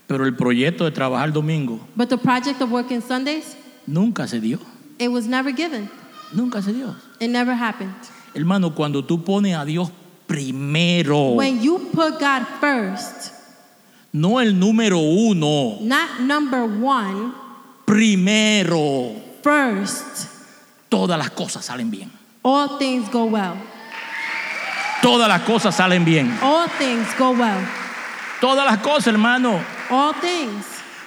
[SPEAKER 1] pero el proyecto de trabajar domingo
[SPEAKER 2] but the project of working Sundays,
[SPEAKER 1] nunca se dio.
[SPEAKER 2] it was never given.
[SPEAKER 1] Nunca se dio.
[SPEAKER 2] It never happened.
[SPEAKER 1] Hermano, cuando tú pones a Dios primero,
[SPEAKER 2] When you put God first,
[SPEAKER 1] no el número uno,
[SPEAKER 2] not number one,
[SPEAKER 1] primero,
[SPEAKER 2] first,
[SPEAKER 1] todas las cosas salen bien.
[SPEAKER 2] all things go well.
[SPEAKER 1] Todas las cosas salen bien.
[SPEAKER 2] All things go well.
[SPEAKER 1] Todas las cosas, hermano.
[SPEAKER 2] All things.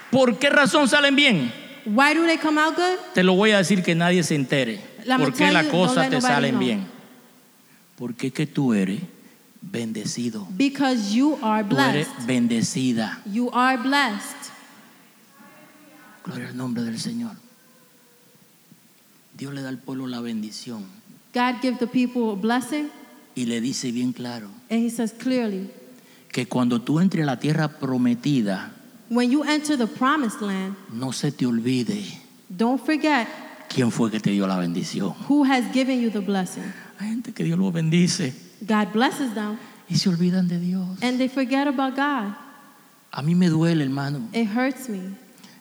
[SPEAKER 1] ¿Por qué razón salen bien?
[SPEAKER 2] Why do they come out good?
[SPEAKER 1] Te lo voy a decir que nadie se entere.
[SPEAKER 2] La
[SPEAKER 1] ¿Por qué
[SPEAKER 2] mitad
[SPEAKER 1] las
[SPEAKER 2] no
[SPEAKER 1] cosas
[SPEAKER 2] let
[SPEAKER 1] te
[SPEAKER 2] nobody
[SPEAKER 1] salen
[SPEAKER 2] know.
[SPEAKER 1] bien? Porque es que tú eres bendecido.
[SPEAKER 2] Because you are
[SPEAKER 1] Tú eres
[SPEAKER 2] blessed.
[SPEAKER 1] bendecida.
[SPEAKER 2] You are blessed.
[SPEAKER 1] Gloria al nombre del Señor. Dios le da al pueblo la bendición
[SPEAKER 2] God give the people a blessing,
[SPEAKER 1] y le dice bien claro
[SPEAKER 2] and He says clearly,
[SPEAKER 1] que cuando tú entres a la tierra prometida,
[SPEAKER 2] when you enter the promised land,
[SPEAKER 1] no se te olvide
[SPEAKER 2] don't forget
[SPEAKER 1] quién fue que te dio la bendición.
[SPEAKER 2] who has given you the blessing.
[SPEAKER 1] Hay gente que Dios lo bendice
[SPEAKER 2] God blesses them,
[SPEAKER 1] y se olvidan de Dios.
[SPEAKER 2] and they forget about God.
[SPEAKER 1] A mí me duele, hermano.
[SPEAKER 2] It hurts me.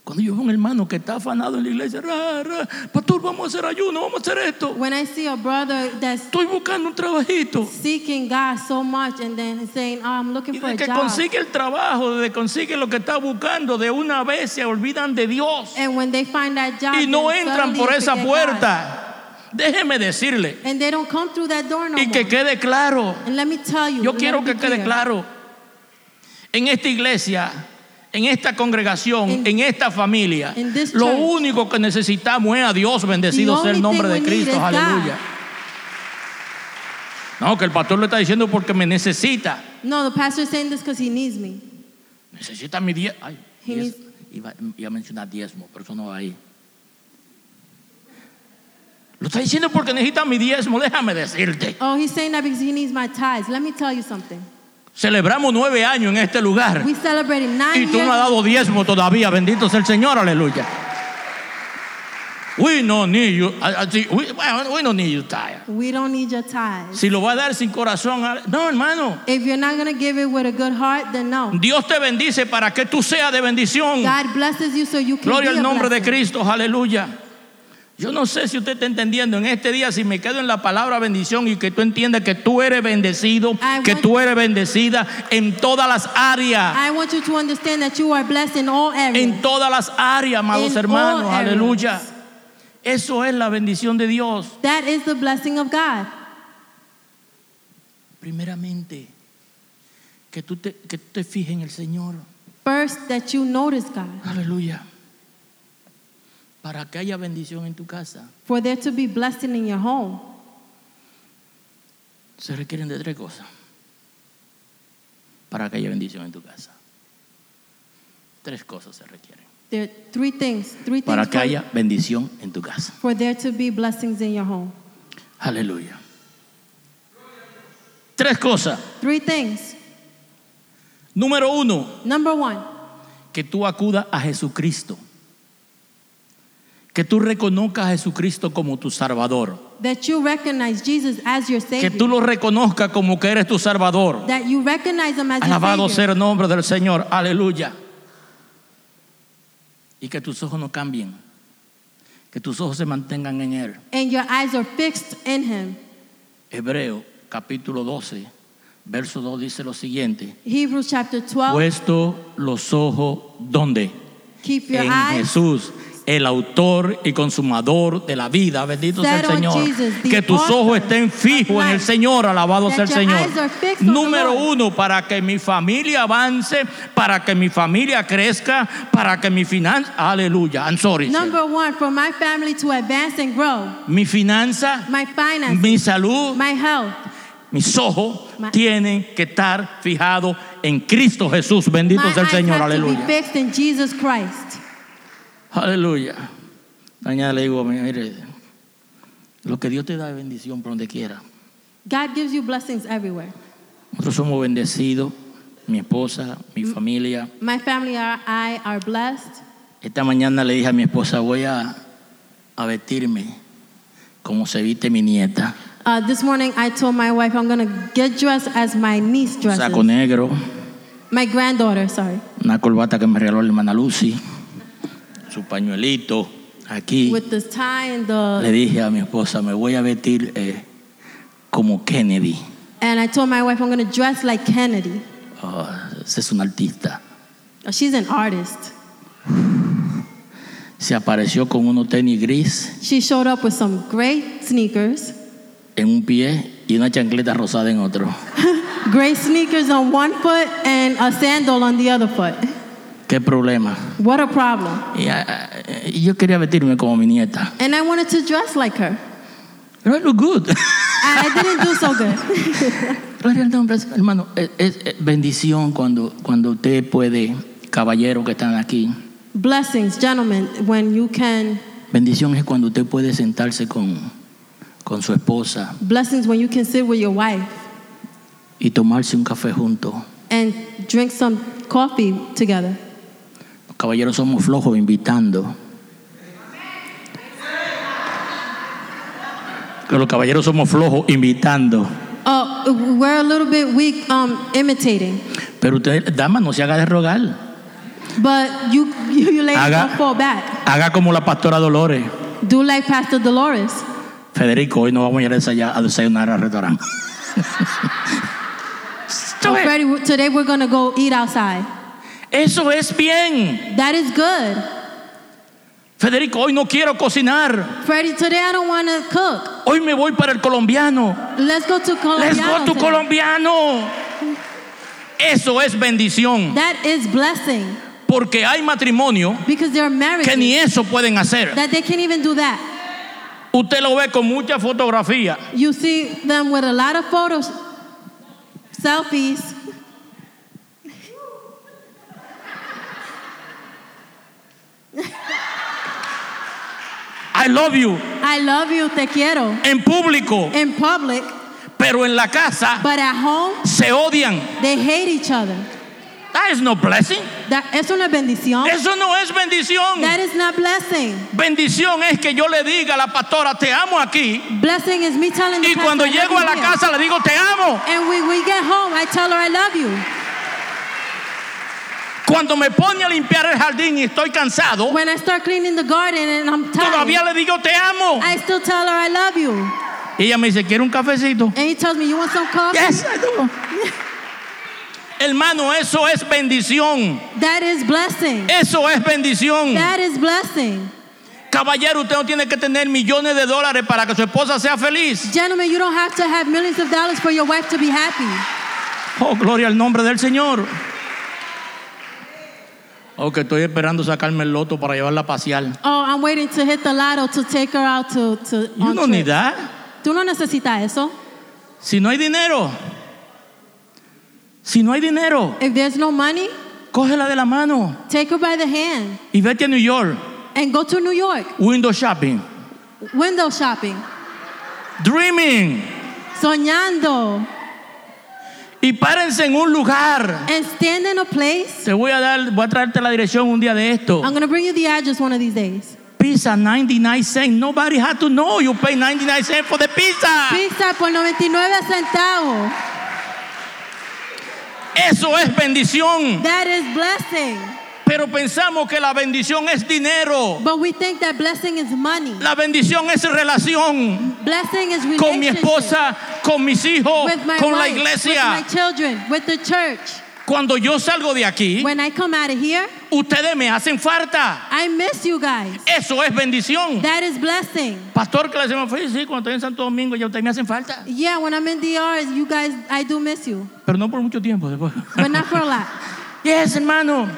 [SPEAKER 1] Cuando yo veo un hermano que está afanado en la iglesia, ra, ra, pastor, vamos a hacer ayuno, vamos a hacer esto.
[SPEAKER 2] When I see a brother that's
[SPEAKER 1] Estoy buscando un trabajito.
[SPEAKER 2] seeking God so much and then saying, oh, I'm
[SPEAKER 1] Y
[SPEAKER 2] looking for
[SPEAKER 1] de
[SPEAKER 2] a
[SPEAKER 1] que
[SPEAKER 2] job.
[SPEAKER 1] consigue el trabajo, de que consigue lo que está buscando, de una vez se olvidan de Dios
[SPEAKER 2] And when they find that job,
[SPEAKER 1] y no
[SPEAKER 2] then
[SPEAKER 1] entran
[SPEAKER 2] suddenly
[SPEAKER 1] por
[SPEAKER 2] they
[SPEAKER 1] esa
[SPEAKER 2] forget God.
[SPEAKER 1] puerta. Déjeme decirle
[SPEAKER 2] And they don't come through that door no
[SPEAKER 1] y que
[SPEAKER 2] more.
[SPEAKER 1] quede claro,
[SPEAKER 2] And let me tell you,
[SPEAKER 1] yo
[SPEAKER 2] let
[SPEAKER 1] quiero
[SPEAKER 2] me
[SPEAKER 1] que
[SPEAKER 2] be
[SPEAKER 1] quede
[SPEAKER 2] clear.
[SPEAKER 1] claro, en esta iglesia, en esta congregación,
[SPEAKER 2] In-
[SPEAKER 1] en esta familia,
[SPEAKER 2] in this
[SPEAKER 1] lo
[SPEAKER 2] church.
[SPEAKER 1] único que necesitamos es a Dios, bendecido
[SPEAKER 2] The
[SPEAKER 1] sea el
[SPEAKER 2] only
[SPEAKER 1] nombre
[SPEAKER 2] thing
[SPEAKER 1] de
[SPEAKER 2] we need
[SPEAKER 1] Cristo,
[SPEAKER 2] is God.
[SPEAKER 1] aleluya. No, que el pastor lo está diciendo porque me necesita.
[SPEAKER 2] No, the pastor is saying this because he needs me.
[SPEAKER 1] Necesita mi diezmo. Ay,
[SPEAKER 2] He
[SPEAKER 1] diez-
[SPEAKER 2] needs-
[SPEAKER 1] iba, iba a mencionar diezmo, pero eso no va ahí. Lo está diciendo porque necesita mi diezmo, déjame decirte.
[SPEAKER 2] Oh, he's saying that because he needs my tithes. Let me tell you something.
[SPEAKER 1] Celebramos nueve años en este lugar
[SPEAKER 2] We celebrated nine
[SPEAKER 1] y tú no has
[SPEAKER 2] years.
[SPEAKER 1] dado diezmo todavía. Bendito sea el Señor, aleluya. We no need you. ah, ah, sí, We, bueno, we no need you tithe.
[SPEAKER 2] We don't need your tithes.
[SPEAKER 1] Si lo va a dar sin corazón, ah, no, hermano.
[SPEAKER 2] If you're not going to give it with a good heart, then no.
[SPEAKER 1] Dios te bendice para que tú seas de bendición.
[SPEAKER 2] God blesses you so you can
[SPEAKER 1] Gloria al
[SPEAKER 2] be a
[SPEAKER 1] nombre de
[SPEAKER 2] blessing.
[SPEAKER 1] Cristo, aleluya. Yo no sé si usted está entendiendo en este día, si me quedo en la palabra bendición y que tú entiendas que tú eres bendecido,
[SPEAKER 2] I
[SPEAKER 1] que
[SPEAKER 2] want-
[SPEAKER 1] tú eres bendecida en todas las áreas,
[SPEAKER 2] I want you to understand that you are blessed in all areas.
[SPEAKER 1] en todas las áreas, amados
[SPEAKER 2] In
[SPEAKER 1] hermanos,
[SPEAKER 2] all areas.
[SPEAKER 1] aleluya. Eso es la bendición de Dios,
[SPEAKER 2] That is the blessing of God.
[SPEAKER 1] primeramente. Que tú te, que tú te fijes en el Señor,
[SPEAKER 2] First, that you notice God.
[SPEAKER 1] aleluya. Para que haya bendición en tu casa,
[SPEAKER 2] For there to be blessing in your home,
[SPEAKER 1] se requieren de tres cosas para que haya bendición en tu casa. Tres cosas se requieren
[SPEAKER 2] there are three things. Three
[SPEAKER 1] para
[SPEAKER 2] things
[SPEAKER 1] que
[SPEAKER 2] for-
[SPEAKER 1] haya bendición en tu casa.
[SPEAKER 2] for there to be blessings in your home.
[SPEAKER 1] Aleluya. Tres cosas.
[SPEAKER 2] Three things.
[SPEAKER 1] Número uno,
[SPEAKER 2] Number one,
[SPEAKER 1] que tú acudas a Jesucristo. Que tú reconozcas a Jesucristo como tu Salvador.
[SPEAKER 2] that you recognize Jesus as your
[SPEAKER 1] Que
[SPEAKER 2] Savior.
[SPEAKER 1] tú lo reconozcas como que eres tu Salvador.
[SPEAKER 2] that you recognize Him as
[SPEAKER 1] Alabado
[SPEAKER 2] your Savior.
[SPEAKER 1] sea el nombre del Señor. Aleluya. Y que tus ojos no cambien. Que tus ojos se mantengan en Él.
[SPEAKER 2] And your eyes are fixed in Him.
[SPEAKER 1] Hebreo capítulo 12, verso 2 dice lo siguiente.
[SPEAKER 2] Hebrews chapter 12.
[SPEAKER 1] Puesto los ojos donde?
[SPEAKER 2] keep your
[SPEAKER 1] En
[SPEAKER 2] eyes
[SPEAKER 1] Jesús, el autor y consumador de la vida, bendito sea el
[SPEAKER 2] Set on
[SPEAKER 1] Señor.
[SPEAKER 2] Jesus, the
[SPEAKER 1] que tus
[SPEAKER 2] author
[SPEAKER 1] ojos estén fijos en el
[SPEAKER 2] life.
[SPEAKER 1] Señor, alabado
[SPEAKER 2] That
[SPEAKER 1] sea el
[SPEAKER 2] your
[SPEAKER 1] Señor.
[SPEAKER 2] eyes are fixed on the
[SPEAKER 1] Número
[SPEAKER 2] Lord.
[SPEAKER 1] uno, para que mi familia avance, para que mi familia crezca, para que mi finanza, aleluya, I'm sorry, sir.
[SPEAKER 2] Number one, for my family to advance and grow,
[SPEAKER 1] mi finanza,
[SPEAKER 2] my finances,
[SPEAKER 1] mi salud,
[SPEAKER 2] my health,
[SPEAKER 1] mis ojos
[SPEAKER 2] My-
[SPEAKER 1] tienen que estar fijados en Cristo Jesús, bendito
[SPEAKER 2] my
[SPEAKER 1] sea el
[SPEAKER 2] eyes
[SPEAKER 1] Señor,
[SPEAKER 2] have to be
[SPEAKER 1] aleluya.
[SPEAKER 2] fixed in Jesus Christ.
[SPEAKER 1] Aleluya. Mañana le digo, mire, lo que Dios te da es bendición por donde quiera.
[SPEAKER 2] God gives you blessings everywhere.
[SPEAKER 1] Nosotros somos bendecidos, mi esposa, mi familia.
[SPEAKER 2] My family and I are blessed.
[SPEAKER 1] Esta mañana le dije a mi esposa, voy a, a vestirme como se viste mi nieta.
[SPEAKER 2] Uh, this morning I told my wife I'm gonna get dressed as my niece dresses.
[SPEAKER 1] Saco negro,
[SPEAKER 2] My granddaughter, sorry,
[SPEAKER 1] una corbata que me regaló la hermana Lucy, su pañuelito aquí.
[SPEAKER 2] with this tie and
[SPEAKER 1] Le
[SPEAKER 2] the.
[SPEAKER 1] dije a mi esposa, me voy a vestir eh, como Kennedy.
[SPEAKER 2] And I told my wife I'm gonna dress like Kennedy.
[SPEAKER 1] Ah, ese es un artista.
[SPEAKER 2] Uh, She's an artist.
[SPEAKER 1] Se apareció con unos tenis gris
[SPEAKER 2] She showed up with some great sneakers,
[SPEAKER 1] en un pie y una chancleta rosada en otro.
[SPEAKER 2] gray sneakers on one foot and a sandal on the other foot.
[SPEAKER 1] ¿Qué problema?
[SPEAKER 2] What a problem!
[SPEAKER 1] Y, ah, eh, yo quería vestirme como mi nieta.
[SPEAKER 2] And I wanted to dress like her.
[SPEAKER 1] Pero I look good.
[SPEAKER 2] I, I didn't do so good.
[SPEAKER 1] Gloria al nombre del Señor. hermano. Es, es- es bendición cuando, cuando usted puede, caballeros que están aquí.
[SPEAKER 2] Blessings, gentlemen, when you can.
[SPEAKER 1] Bendición es cuando usted puede sentarse con, con su esposa
[SPEAKER 2] Blessings when you can sit with your wife
[SPEAKER 1] y tomarse un café juntos.
[SPEAKER 2] and drink some coffee together.
[SPEAKER 1] Los caballeros somos flojos invitando. Que los caballeros somos flojos invitando.
[SPEAKER 2] Oh, we're a little bit weak um, imitating,
[SPEAKER 1] Pero usted, dama, no se haga de rogar.
[SPEAKER 2] but you, you, you ladies
[SPEAKER 1] Haga-
[SPEAKER 2] don't fall back.
[SPEAKER 1] Haga como la pastora Dolores.
[SPEAKER 2] Do like Pastor Dolores.
[SPEAKER 1] Federico, hoy no vamos a ir a desaya- a desayunar al restaurante.
[SPEAKER 2] Oh, Freddie, we- today we're gonna go eat outside.
[SPEAKER 1] Eso es bien.
[SPEAKER 2] That is good.
[SPEAKER 1] Federico, hoy no quiero cocinar.
[SPEAKER 2] Freddie, today I don't wanna cook.
[SPEAKER 1] Hoy me voy para el colombiano.
[SPEAKER 2] Let's go to Colombia.
[SPEAKER 1] Les go tu colombiano. Eso es bendición.
[SPEAKER 2] That is blessing
[SPEAKER 1] Porque hay matrimonio
[SPEAKER 2] because they're married.
[SPEAKER 1] que ni eso pueden hacer.
[SPEAKER 2] that they can't even do that.
[SPEAKER 1] Usted lo ve con mucha fotografía,
[SPEAKER 2] You see them with a lot of photos, selfies.
[SPEAKER 1] I love you,
[SPEAKER 2] I love you, te quiero.
[SPEAKER 1] en público,
[SPEAKER 2] In public,
[SPEAKER 1] pero en la casa
[SPEAKER 2] but at home,
[SPEAKER 1] se odian.
[SPEAKER 2] they hate each other.
[SPEAKER 1] That is no blessing.
[SPEAKER 2] That, es una bendición.
[SPEAKER 1] Eso no es bendición.
[SPEAKER 2] That is not blessing.
[SPEAKER 1] Bendición es que yo le diga a la pastora, te amo aquí.
[SPEAKER 2] Blessing is me telling the
[SPEAKER 1] Y
[SPEAKER 2] pastor
[SPEAKER 1] cuando
[SPEAKER 2] I love
[SPEAKER 1] llego a
[SPEAKER 2] you
[SPEAKER 1] la
[SPEAKER 2] here.
[SPEAKER 1] casa le digo, te amo.
[SPEAKER 2] And when we get home, I tell her I love you.
[SPEAKER 1] Cuando me pone a limpiar el jardín y estoy cansado,
[SPEAKER 2] When I start cleaning the garden and I'm tired,
[SPEAKER 1] todavía le digo, te amo.
[SPEAKER 2] I still tell her I love you.
[SPEAKER 1] Y ella me dice, ¿quiere un cafecito?
[SPEAKER 2] And he tells me, You want some coffee?
[SPEAKER 1] Yes, I do. Hermano, eso es bendición.
[SPEAKER 2] That is blessing.
[SPEAKER 1] Eso es bendición.
[SPEAKER 2] That is blessing.
[SPEAKER 1] Caballero, usted no tiene que tener millones de dólares para que su esposa sea feliz.
[SPEAKER 2] Gentlemen, you don't have to have millions of dollars for your wife to be happy.
[SPEAKER 1] Oh, gloria al nombre del Señor. Oh, que estoy esperando sacarme el loto para llevarla a pasear.
[SPEAKER 2] Oh, I'm waiting to hit the lotto to take her out to. to
[SPEAKER 1] You
[SPEAKER 2] on
[SPEAKER 1] no
[SPEAKER 2] trip.
[SPEAKER 1] need that.
[SPEAKER 2] Tú no necesitas eso.
[SPEAKER 1] Si no hay dinero, si no hay dinero,
[SPEAKER 2] If there's no money,
[SPEAKER 1] cógela de la mano
[SPEAKER 2] take her by the hand
[SPEAKER 1] y vete a New York.
[SPEAKER 2] and go to New York
[SPEAKER 1] Window shopping,
[SPEAKER 2] window shopping.
[SPEAKER 1] dreaming.
[SPEAKER 2] Soñando
[SPEAKER 1] Y párense en un lugar.
[SPEAKER 2] and stand in a place.
[SPEAKER 1] Te voy a dar, voy a traerte la dirección un día de esto.
[SPEAKER 2] I'm gonna bring you the address one of these days.
[SPEAKER 1] Pizza 99 cents. Nobody had to know you pay 99 cents for the pizza.
[SPEAKER 2] Pizza por 99 centavos.
[SPEAKER 1] Eso es bendición.
[SPEAKER 2] That is blessing.
[SPEAKER 1] Pero pensamos que la bendición es dinero.
[SPEAKER 2] But we think that blessing is money.
[SPEAKER 1] La bendición es relación
[SPEAKER 2] Blessing is
[SPEAKER 1] con mi
[SPEAKER 2] relationship
[SPEAKER 1] esposa, con mis hijos,
[SPEAKER 2] with my
[SPEAKER 1] con la
[SPEAKER 2] wife, with my
[SPEAKER 1] iglesia.
[SPEAKER 2] children, with the church.
[SPEAKER 1] cuando yo salgo de aquí,
[SPEAKER 2] When I come out of here,
[SPEAKER 1] ustedes me hacen falta.
[SPEAKER 2] I miss you guys.
[SPEAKER 1] Eso es bendición.
[SPEAKER 2] That is blessing.
[SPEAKER 1] Pastor, que le decimos, "Sí, sí, cuando estoy en Santo Domingo ya ustedes me hacen falta.
[SPEAKER 2] Yeah, when I'm in DR, you guys, I do miss you,
[SPEAKER 1] Pero no por mucho tiempo después.
[SPEAKER 2] but not for a lot.
[SPEAKER 1] Yes, hermano.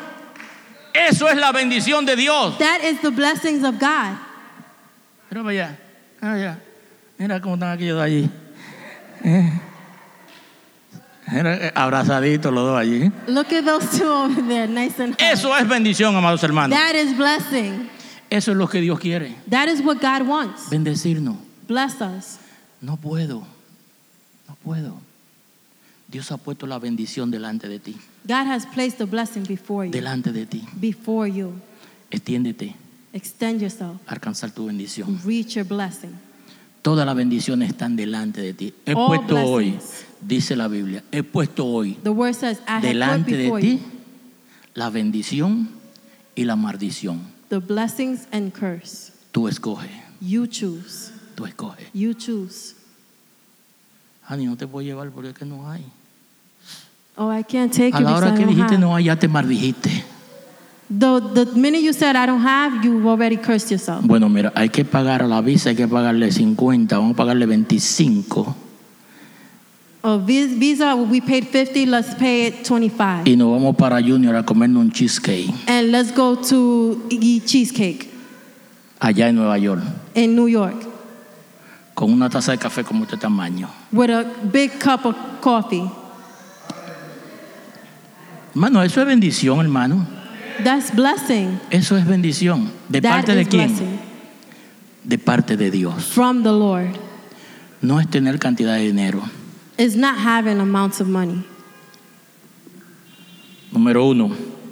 [SPEAKER 1] Eso es la bendición de Dios.
[SPEAKER 2] That is the blessings of God.
[SPEAKER 1] Pero vaya, vaya. Mira cómo están aquellos de allí. Eh. Mira, eh, abrazaditos los dos allí.
[SPEAKER 2] Look at those two over there, nice and high.
[SPEAKER 1] Eso es bendición, amados hermanos.
[SPEAKER 2] That is blessing.
[SPEAKER 1] Eso es lo que Dios quiere.
[SPEAKER 2] That is what God wants.
[SPEAKER 1] Bendecirnos.
[SPEAKER 2] Bless us.
[SPEAKER 1] No puedo. No puedo. Dios ha puesto la bendición delante de ti.
[SPEAKER 2] God has placed a blessing before you.
[SPEAKER 1] Delante de ti.
[SPEAKER 2] Before you.
[SPEAKER 1] Extiéndete
[SPEAKER 2] Extend yourself.
[SPEAKER 1] a alcanzar tu bendición.
[SPEAKER 2] Reach your blessing.
[SPEAKER 1] Todas las bendiciones están delante de ti. He
[SPEAKER 2] All
[SPEAKER 1] puesto hoy,
[SPEAKER 2] blessings.
[SPEAKER 1] dice la Biblia, he puesto hoy
[SPEAKER 2] The word says, I have
[SPEAKER 1] delante
[SPEAKER 2] put
[SPEAKER 1] de
[SPEAKER 2] before
[SPEAKER 1] ti
[SPEAKER 2] you
[SPEAKER 1] la bendición y la maldición.
[SPEAKER 2] the blessings and curse.
[SPEAKER 1] Tú escoges,
[SPEAKER 2] You choose.
[SPEAKER 1] tú escoges.
[SPEAKER 2] You choose.
[SPEAKER 1] Ani, no te puedo llevar porque es que no hay.
[SPEAKER 2] Oh, I can't take
[SPEAKER 1] A
[SPEAKER 2] you
[SPEAKER 1] la
[SPEAKER 2] because
[SPEAKER 1] hora
[SPEAKER 2] I
[SPEAKER 1] que
[SPEAKER 2] don't
[SPEAKER 1] dijiste
[SPEAKER 2] have.
[SPEAKER 1] no hay, ya te maldijiste.
[SPEAKER 2] The, the minute you said I don't have, you've already cursed yourself.
[SPEAKER 1] Bueno, mira, hay que pagar a la visa, hay que pagarle 50, vamos a pagarle 25
[SPEAKER 2] Oh, Vis- Visa, we paid 50, let's pay it 25.
[SPEAKER 1] y nos vamos para Junior a comernos un cheesecake
[SPEAKER 2] And let's go to Iggy Cheesecake
[SPEAKER 1] allá en Nueva York
[SPEAKER 2] in New York
[SPEAKER 1] con una taza de café como este tamaño.
[SPEAKER 2] with a big cup of coffee.
[SPEAKER 1] Hermano, eso es bendición, hermano.
[SPEAKER 2] That's blessing.
[SPEAKER 1] Eso es bendición. ¿De
[SPEAKER 2] That
[SPEAKER 1] parte de
[SPEAKER 2] is
[SPEAKER 1] quién?
[SPEAKER 2] blessing
[SPEAKER 1] De parte de Dios.
[SPEAKER 2] from the Lord.
[SPEAKER 1] No es tener cantidad de dinero.
[SPEAKER 2] It's not having amounts of money.
[SPEAKER 1] Número uno,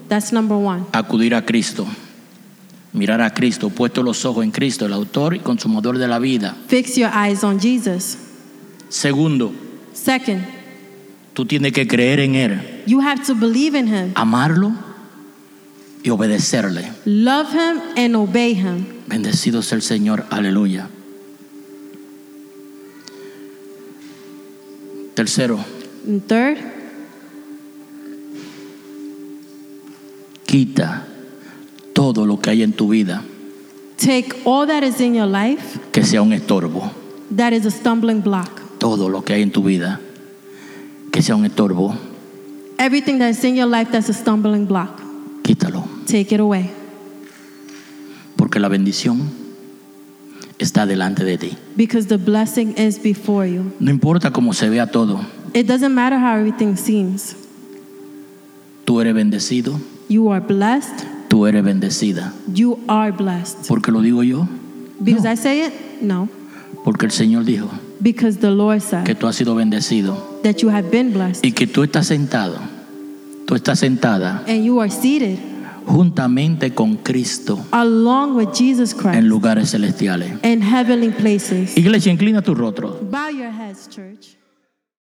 [SPEAKER 2] That's number one.
[SPEAKER 1] acudir a Cristo. Mirar a Cristo, puesto los ojos en Cristo, el autor y consumador de la vida.
[SPEAKER 2] Fix your eyes on Jesus.
[SPEAKER 1] Segundo,
[SPEAKER 2] Second,
[SPEAKER 1] tú tienes que creer en Él,
[SPEAKER 2] you have to believe in Him,
[SPEAKER 1] amarlo y obedecerle.
[SPEAKER 2] love Him, and obey Him.
[SPEAKER 1] Bendecido sea el Señor, aleluya. Tercero,
[SPEAKER 2] And third,
[SPEAKER 1] quita todo lo que hay en tu vida
[SPEAKER 2] take all that is in your life
[SPEAKER 1] que sea un estorbo.
[SPEAKER 2] that is a stumbling block.
[SPEAKER 1] Todo lo que hay en tu vida que sea un estorbo,
[SPEAKER 2] Everything that's in your life that's a stumbling block,
[SPEAKER 1] quítalo.
[SPEAKER 2] take it away
[SPEAKER 1] Porque la bendición está delante de ti.
[SPEAKER 2] because the blessing is before you.
[SPEAKER 1] No importa cómo se vea todo,
[SPEAKER 2] It doesn't matter how everything seems.
[SPEAKER 1] tú eres bendecido,
[SPEAKER 2] You are blessed.
[SPEAKER 1] tú eres bendecida.
[SPEAKER 2] You are blessed.
[SPEAKER 1] Porque lo digo yo,
[SPEAKER 2] Because I say it? No.
[SPEAKER 1] porque el Señor dijo
[SPEAKER 2] Because the Lord said
[SPEAKER 1] que tú has sido bendecido
[SPEAKER 2] that you have been blessed
[SPEAKER 1] y que tú estás sentado, tú estás sentada
[SPEAKER 2] and you are seated
[SPEAKER 1] juntamente con Cristo
[SPEAKER 2] along with Jesus
[SPEAKER 1] en
[SPEAKER 2] Christ
[SPEAKER 1] lugares celestiales.
[SPEAKER 2] in heavenly places.
[SPEAKER 1] Iglesia, inclina tu rostro.
[SPEAKER 2] Bow your heads, church.